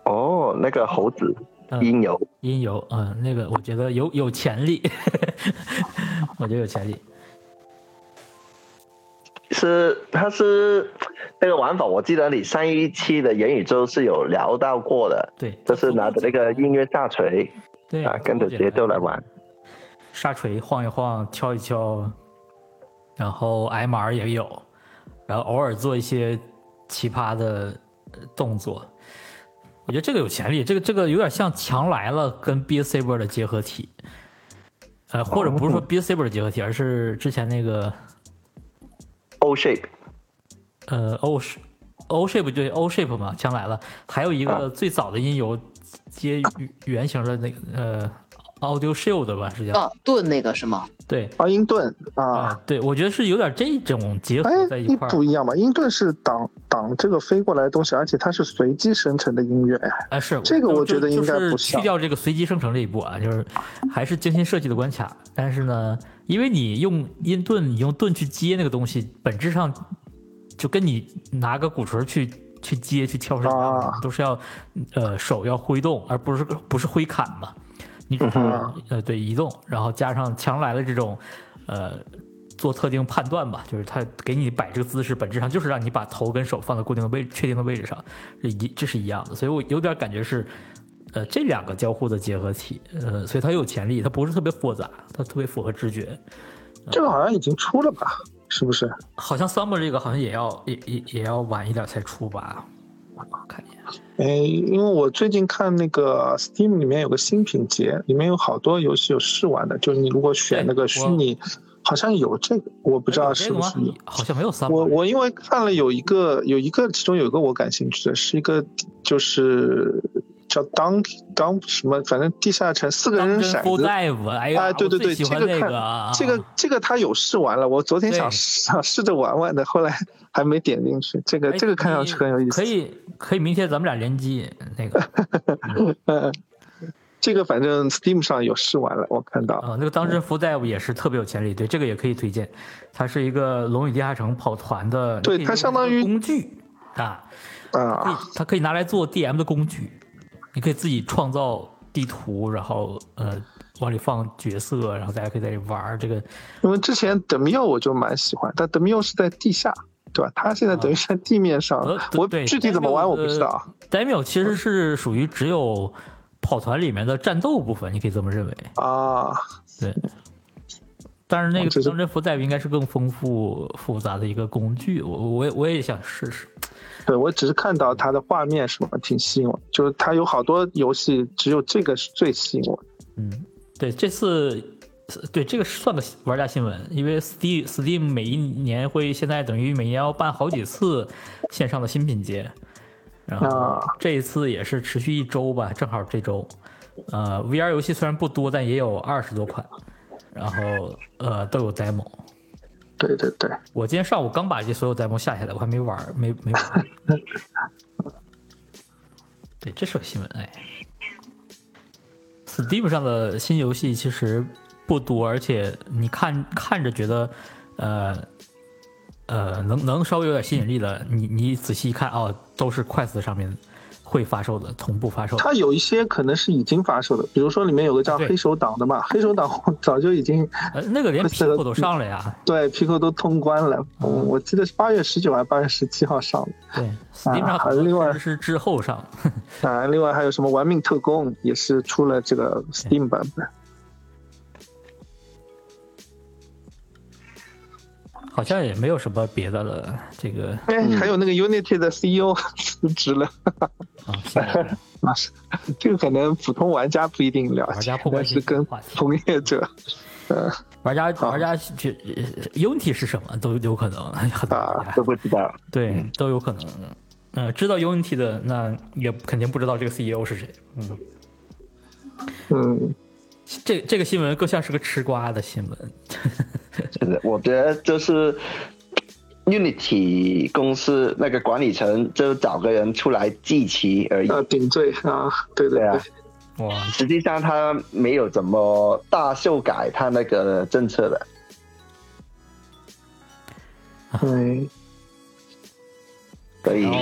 [SPEAKER 6] 哦，那个猴子
[SPEAKER 1] 嗯
[SPEAKER 6] 音游，
[SPEAKER 1] 音游，嗯，那个我觉得有有潜力， 我觉得有潜力。
[SPEAKER 6] 是它是那个玩法，我记得你上一期的元宇宙是有聊到过的，
[SPEAKER 1] 对，
[SPEAKER 6] 就是拿着那个音乐下垂
[SPEAKER 1] 对
[SPEAKER 6] 啊，跟着节奏来，玩。
[SPEAKER 1] 沙锤晃一晃，敲一敲，然后 MR 也有，然后偶尔做一些奇葩的呃动作。我觉得这个有潜力，这个这个有点像强来了跟 Beat Saber 的结合体，呃，或者不是说 Beat Saber 的结合体，而是之前那个
[SPEAKER 6] O shape，
[SPEAKER 1] 呃 O O Shape 对 O Shape 嘛，强来了，还有一个
[SPEAKER 6] 啊
[SPEAKER 1] 最早的音游接原型的那个呃 Audio Shield 吧，是叫
[SPEAKER 5] 啊，盾那个是吗？
[SPEAKER 1] 对
[SPEAKER 7] 啊，英盾啊，
[SPEAKER 1] 啊，对，我觉得是有点这种结合在
[SPEAKER 7] 哎，
[SPEAKER 1] 一
[SPEAKER 7] 一
[SPEAKER 1] 块儿
[SPEAKER 7] 不，一样吧？英盾是挡挡这个飞过来的东西，而且它是随机生成的音乐，
[SPEAKER 1] 哎，是
[SPEAKER 7] 这个
[SPEAKER 1] 就
[SPEAKER 7] 我觉得
[SPEAKER 1] 就
[SPEAKER 7] 应该
[SPEAKER 1] 就是
[SPEAKER 7] 不
[SPEAKER 1] 去
[SPEAKER 7] 像
[SPEAKER 1] 掉这个随机生成这一步啊，就是还是精心设计的关卡，但是呢，因为你用音盾，你用盾去接那个东西，本质上就跟你拿个鼓槌去。去接去敲山一样
[SPEAKER 7] 啊
[SPEAKER 1] 都是要，呃，手要挥动，而不是不是挥砍嘛。你
[SPEAKER 7] 嗯
[SPEAKER 1] 只是呃对移动，然后加上强来的这种，呃，做特定判断吧，就是他给你摆这个姿势，本质上就是让你把头跟手放在固定的位确定的位置上，这一这是一样的，所以我有点感觉是，呃，这两个交互的结合体，呃，所以它有潜力，它不是特别复杂，它特别符合直觉，
[SPEAKER 3] 嗯
[SPEAKER 7] 这个好像已经出了吧？是不是？
[SPEAKER 1] 好像 Summer 这个好像也要也也也要晚一点才出吧，我看一眼，
[SPEAKER 7] 哎，因为我最近看那个 Steam 里面有个新品节，里面有好多游戏有试玩的，就是你如果选那个虚拟，好像有这个，我不知道是
[SPEAKER 1] 这个
[SPEAKER 7] 不
[SPEAKER 1] 吗
[SPEAKER 7] 是有。？
[SPEAKER 1] 好像没有 Summer，
[SPEAKER 7] 我我因为看了有一个有一个，其中有一个我感兴趣的，是一个就是叫 Dunk Dunk 什么，反正地下城四个人
[SPEAKER 1] 真
[SPEAKER 7] 骰
[SPEAKER 1] full
[SPEAKER 7] 子。
[SPEAKER 1] dive，哎呀，
[SPEAKER 7] 哎，对对
[SPEAKER 1] 我最
[SPEAKER 7] 对，
[SPEAKER 1] 喜
[SPEAKER 7] 这
[SPEAKER 1] 欢
[SPEAKER 7] 个
[SPEAKER 1] 那
[SPEAKER 7] 看
[SPEAKER 1] 啊，
[SPEAKER 7] 这个这个他有试玩了，我昨天
[SPEAKER 1] 对
[SPEAKER 7] 想试想试着玩玩的，后来还没点进去。这个
[SPEAKER 1] 哎
[SPEAKER 7] 这个看上去很有意思。
[SPEAKER 1] 可以可以，明天咱们俩联机那 个，
[SPEAKER 7] 嗯，这个反正 Steam 上有试玩了，我看到。
[SPEAKER 1] 啊，那个当真福大夫也是特别有潜力，对这个也可以推荐。它是一个《龙与地下城》跑团的，
[SPEAKER 7] 对
[SPEAKER 1] 你可以
[SPEAKER 7] 它
[SPEAKER 1] 用
[SPEAKER 7] 相当
[SPEAKER 1] 它
[SPEAKER 7] 于
[SPEAKER 1] 的工具啊，可以
[SPEAKER 7] 啊，
[SPEAKER 1] 它可以拿来做 DM 的工具，你可以自己创造地图，然后呃往里放角色，然后大家可以在这玩儿这个。
[SPEAKER 7] 因为之前 Demio 我就蛮喜欢，但 Demio 是在地下，对吧？它现在等于是在地面上，
[SPEAKER 1] 啊呃，
[SPEAKER 7] 我
[SPEAKER 1] 对
[SPEAKER 7] 具体怎么玩我不知道。。
[SPEAKER 1] Demio 其实是属于只有跑团里面的战斗部分，你可以这么认为。
[SPEAKER 7] 啊，
[SPEAKER 1] 对。但是那
[SPEAKER 7] 哦
[SPEAKER 1] 个
[SPEAKER 7] 这是
[SPEAKER 1] 当真福大夫应该是更丰富复杂的一个工具，我我也我也想试试。
[SPEAKER 7] 对我只是看到它的画面什么挺吸引我，就是它有好多游戏，只有这个是最吸引我的。
[SPEAKER 1] 嗯，对，这次对这个是算个玩家新闻，因为 Steam Steam 每一年会现在等于每年要办好几次线上的新品节，然后
[SPEAKER 7] 啊
[SPEAKER 1] 这一次也是持续一周吧，正好这周，呃，VR 游戏虽然不多，但也有二十多款，然后呃都有 demo。
[SPEAKER 7] 对对对，
[SPEAKER 1] 我今天上午刚把这所有 demo 下下来，我还没玩儿，没没玩儿。对，这是个新闻哎。Steam 上的新游戏其实不多，而且你看看着觉得，呃，呃，能能稍微有点吸引力的，你你仔细一看哦，都是快速上面会发售的，同步发售的。
[SPEAKER 7] 它有一些可能是已经发售的，比如说里面有个叫
[SPEAKER 1] 啊对
[SPEAKER 7] 黑手党的嘛，黑手党我早就已经
[SPEAKER 1] 呃，那个连
[SPEAKER 7] 这个
[SPEAKER 1] Pico 都上了啊呀。
[SPEAKER 7] 对 Pico 都通关了。嗯，我记得是八月十九还是八月十七号上的。
[SPEAKER 1] 对，Steam 上
[SPEAKER 7] 啊
[SPEAKER 1] 很多
[SPEAKER 7] 另外
[SPEAKER 1] 甚至是之后上。
[SPEAKER 7] 啊，另外还有什么《玩命特工》也是出了这个
[SPEAKER 1] 哎
[SPEAKER 7] Steam 版本。
[SPEAKER 1] 好像也没有什么别的了，这个
[SPEAKER 7] 哎，还有那个 Unity 的 CEO 辞职了，
[SPEAKER 1] 啊，现在
[SPEAKER 7] 啊，这个可能普通玩家不一定了
[SPEAKER 1] 玩
[SPEAKER 7] 解
[SPEAKER 1] 家不，关
[SPEAKER 7] 但
[SPEAKER 1] 心
[SPEAKER 7] 是跟
[SPEAKER 1] 这个话题
[SPEAKER 7] 从业者
[SPEAKER 1] 玩家
[SPEAKER 7] 好
[SPEAKER 1] 玩家这呃 Unity 是什么都有可能，很多玩
[SPEAKER 7] 啊
[SPEAKER 1] 家
[SPEAKER 6] 都不知道。
[SPEAKER 1] 对都有可能。呃，知道 Unity 的那也肯定不知道这个 CEO 是谁。嗯，
[SPEAKER 7] 嗯，
[SPEAKER 1] 这这个新闻更像是个吃瓜的新闻。
[SPEAKER 6] 是的，我觉得就是 Unity 公司那个管理层就找个人出来祭旗而已。
[SPEAKER 7] 要顶罪啊，对对
[SPEAKER 6] 对啊
[SPEAKER 7] 对，
[SPEAKER 1] 哇，
[SPEAKER 6] 实际上他没有怎么大修改他那个政策的。
[SPEAKER 7] 嗯，
[SPEAKER 6] 所以
[SPEAKER 1] 然后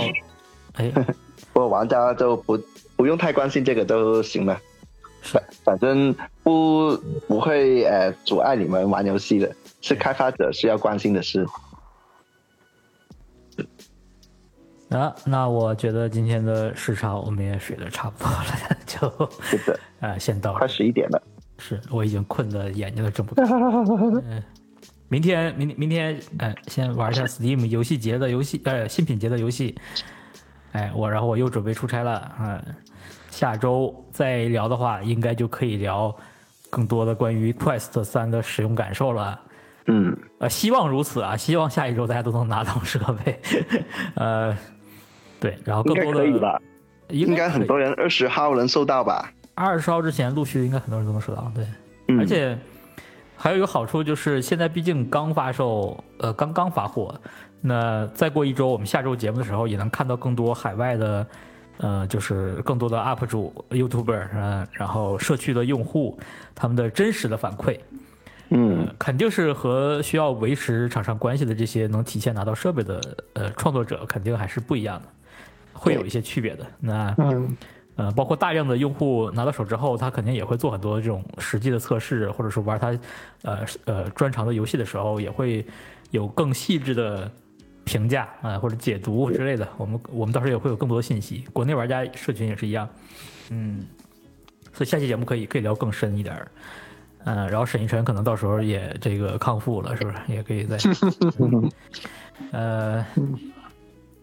[SPEAKER 1] 哎，
[SPEAKER 6] 不过玩家就不不用太关心这个都行了，反反正不不会呃阻碍你们玩游戏的，是开发者需要关心的事。
[SPEAKER 1] 啊，那我觉得今天的时长我们也水的差不多了， 就是
[SPEAKER 6] 的，
[SPEAKER 1] 呃先到这
[SPEAKER 6] 快
[SPEAKER 1] 儿。
[SPEAKER 6] 十一点了，
[SPEAKER 1] 是我已经困得眼睛都睁不开。嗯，明天，明明天，呃，先玩一下 Steam 游戏节的游戏，呃，新品节的游戏。哎，我然后我又准备出差了，嗯、下周再聊的话，应该就可以聊更多的关于 Quest 三的使用感受了。
[SPEAKER 6] 嗯，
[SPEAKER 1] 呃，希望如此啊，希望下一周大家都能拿到设备。 呃，对，然后更
[SPEAKER 6] 应该
[SPEAKER 1] 多的
[SPEAKER 6] 可以吧？
[SPEAKER 1] 应
[SPEAKER 6] 应该很多人二十号能收到吧？
[SPEAKER 1] 二十号之前陆续应该很多人都能收到，对。
[SPEAKER 6] 嗯，
[SPEAKER 1] 而且还有一个好处就是，现在毕竟刚发售，呃，刚刚发货，那再过一周，我们下周节目的时候也能看到更多海外的，呃，就是更多的 UP 主、YouTuber，嗯、然后社区的用户他们的真实的反馈，
[SPEAKER 6] 嗯，
[SPEAKER 1] 肯定是和需要维持厂商关系的这些能提前拿到设备的呃创作者，肯定还是不一样的，会有一些区别的。那
[SPEAKER 7] 嗯，
[SPEAKER 1] 呃，包括大量的用户拿到手之后，他肯定也会做很多这种实际的测试，或者说玩他呃呃专长的游戏的时候，也会有更细致的评价啊、呃或者解读之类的。我们我们到时候也会有更多信息，国内玩家社群也是一样，嗯，所以下期节目可以可以聊更深一点儿。嗯，然后沈一晨可能到时候也这个康复了，是不是也可以再？呃，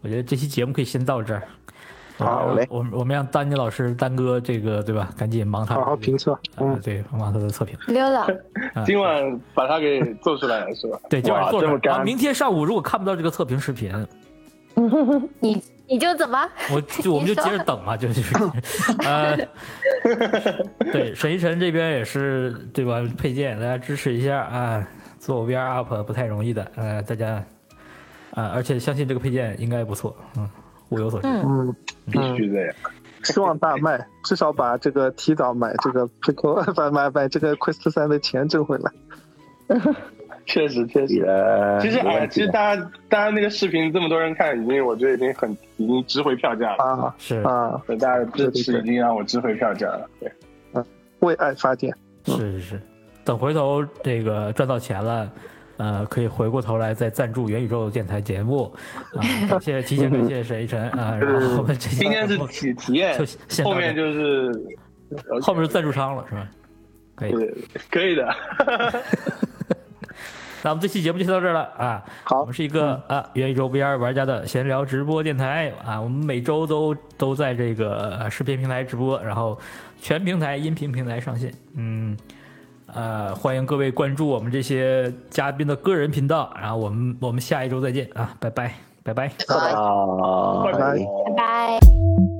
[SPEAKER 1] 我觉得这期节目可以先到这儿。
[SPEAKER 7] 好嘞
[SPEAKER 1] 我们我们让丹尼老师丹哥这个对吧？赶紧忙他
[SPEAKER 7] 好好评测，
[SPEAKER 1] 啊
[SPEAKER 7] 嗯，
[SPEAKER 1] 对，忙他的测评。
[SPEAKER 2] 溜了，
[SPEAKER 1] 啊
[SPEAKER 3] 今晚把它给做出来了是吧？
[SPEAKER 1] 对，今晚
[SPEAKER 6] 哇
[SPEAKER 1] 做出
[SPEAKER 6] 这么
[SPEAKER 1] 来啊！
[SPEAKER 6] 干
[SPEAKER 1] 明天上午如果看不到这个测评视频，
[SPEAKER 2] 你你就怎么？
[SPEAKER 1] 我就我们就接着等嘛，就是，呃，对，沈一晨这边也是对吧？配件大家支持一下啊，做 VR UP 不太容易的，呃，大家啊，而且相信这个配件应该不错，嗯，物有所值，
[SPEAKER 2] 嗯，
[SPEAKER 7] 嗯，
[SPEAKER 3] 必须的呀。
[SPEAKER 7] 希望大卖，至少把这个提早买这个 Pico 把买买这个 Quest 三的钱挣回来。
[SPEAKER 3] 确实确实。
[SPEAKER 6] 呃嗯
[SPEAKER 1] 嗯
[SPEAKER 3] 其实哎，其实大家大家那个视频这么多人看，已经我觉得已经很已经值回票价了。
[SPEAKER 7] 啊
[SPEAKER 1] 是
[SPEAKER 7] 啊，
[SPEAKER 3] 对大家的支持已经让我值回票价了。对，
[SPEAKER 7] 为爱发电。
[SPEAKER 1] 是是是，等回头这个赚到钱了。呃，可以回过头来再赞助元宇宙电台节目，啊、感谢提前感谢沈一晨啊，然后我们这
[SPEAKER 3] 今天是体体验
[SPEAKER 1] 就先，到
[SPEAKER 3] 后面
[SPEAKER 1] 这
[SPEAKER 3] 就是呃
[SPEAKER 1] 后面是赞助商了是吧？可以，
[SPEAKER 3] 对可以的。
[SPEAKER 1] 那我们这期节目就先到这儿了啊。
[SPEAKER 7] 好
[SPEAKER 1] 我们是一个啊元宇宙 VR 玩家的闲聊直播电台啊，我们每周都都在这个呃视频平台直播，然后全平台音频平台上线。嗯，呃，欢迎各位关注我们这些嘉宾的个人频道，然后我们我们下一周再见啊，拜拜，拜拜。
[SPEAKER 5] 拜拜。
[SPEAKER 3] 拜拜。
[SPEAKER 2] 拜拜。